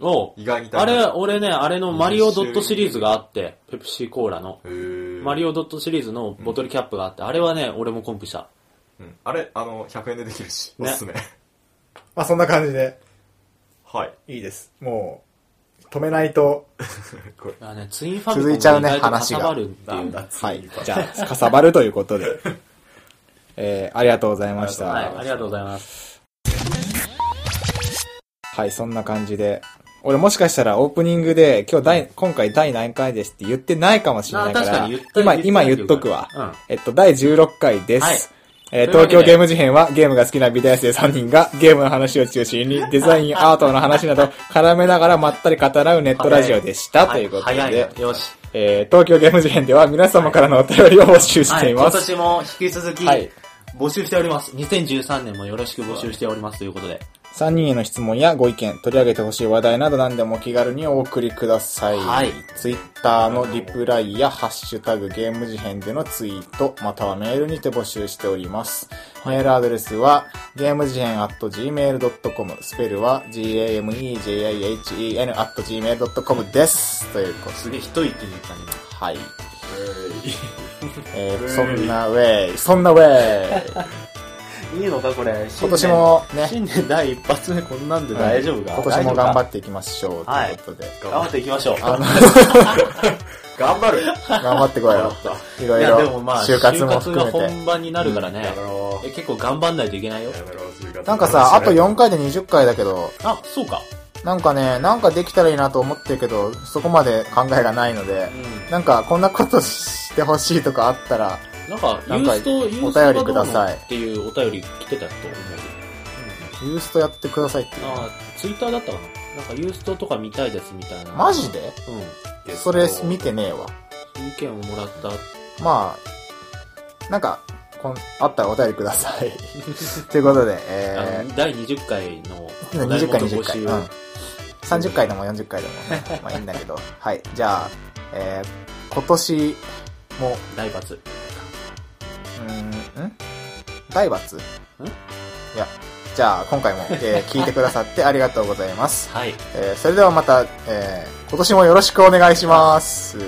S2: おう
S3: 意外に
S2: あ
S3: 高い
S2: れ、俺ね、あれのマリオドットシリーズがあって、ペプシコーラの。
S3: へー
S2: マリオドットシリーズのボトルキャップがあって、あれはね、俺もコンプした。
S3: うんあれ、あの、100円でできるし、お
S2: ね
S3: すすめ。
S1: ーまあそんな感じで、
S3: はい。
S1: いいです。もう、止めないと。
S3: これ。
S2: あね、ツインファミコン
S1: 続
S2: が
S1: いちゃうね
S2: 意外とかさばるって
S3: ないん
S2: う。
S3: だ、
S1: はい。じゃあ、かさばるということ で。えー、ありがとうございました。
S2: はい、ありがとうございます。
S1: はい、そんな感じで。俺もしかしたらオープニングで今日第、今回第何回ですって言ってないかもしれないから、
S2: あ確かに言った
S1: 今、
S2: 言った
S1: 今言っとくわ。
S2: うん
S1: えっと、第16回です。
S2: はい
S1: えー
S2: というわ
S1: 東
S2: けで
S1: 京ゲーム事変はゲームが好きな美大生3人がゲームの話を中心にデザイン、アートの話など絡めながらまったり語らうネットラジオでしたということで、
S2: はい早いな。よし。
S1: えー東京ゲーム事変では皆様からのお便りを募集し
S2: は
S1: て
S2: い、
S1: いま
S2: 今
S1: す。
S2: 年も引き続き、
S1: はい
S2: 募集しております。2013年もよろしく募集しておりますということで。
S1: 3人への質問やご意見、取り上げてほしい話題など何でもお気軽にお送りください。
S2: はい
S1: ツイッターのリプライやハッシュタグゲーム事変でのツイート、またはメールにて募集しております。メールアドレスは、ゲーム事変 at gmail.com、スペルは g-a-m-e-j-i-h-e-n at gmail.com です。ということ
S2: すげえ、一息に言ったね。
S1: で、はい。え
S3: う
S1: ー、
S3: ん
S1: そんなウェイ、そんなウェイ。
S2: いいのか、これ。
S1: 今年もね
S2: 新年第一発目こんなんで大丈夫か
S1: 今年も頑張
S2: って。
S1: っていきましょう。と
S2: はい
S1: いうことで、
S2: 頑張っていきましょう。
S1: あの
S3: 頑張る
S1: 頑張って こいよ。いろい
S2: いや、でも
S1: ろ
S2: まあ、、
S1: 就活も
S2: 就
S1: 含
S2: 活が
S1: めて。
S2: 本番になるからね
S3: や。めろ
S2: え結構頑張んないといけないよ
S3: や。めろ就活
S1: なんかさ、あと4回で20回だけど、
S2: あ、そうか。
S1: なんかね、なんかできたらいいなと思ってるけど、そこまで考えがないので、
S2: う
S1: なんかこんなことしてほしいとかあったら、
S2: ん。なんか、ユ
S1: なん
S2: ー
S1: か
S2: スト、ユースト
S1: お便りください
S2: がどうのっていうお便り来てたと思う。
S1: ユーストやってくださいって。
S2: ああ、ツイッターだったかななんかユーストとか見たいですみたいな。
S1: マジで
S2: うん。
S1: それ見てねえわ。
S2: 意見をもらった。
S1: まあ、なんか、こんあったらお便りください。 ということで、
S2: あ
S1: え
S2: の第20回の
S1: ー、
S2: お題
S1: 20
S2: 目
S1: 回、
S2: の
S1: 20
S2: 募
S1: 回。
S2: 集
S1: う
S2: を
S1: ん。30回でも40回でも、まあいいんだ けど。はい。じゃあ、えー、今年も
S2: 大罰。
S1: うーんん大罰んいや、じゃあ今回も、えー聞いてくださってありがとうございます。
S2: はい。
S1: えーそれではまた、えー今年もよろしくお願いします。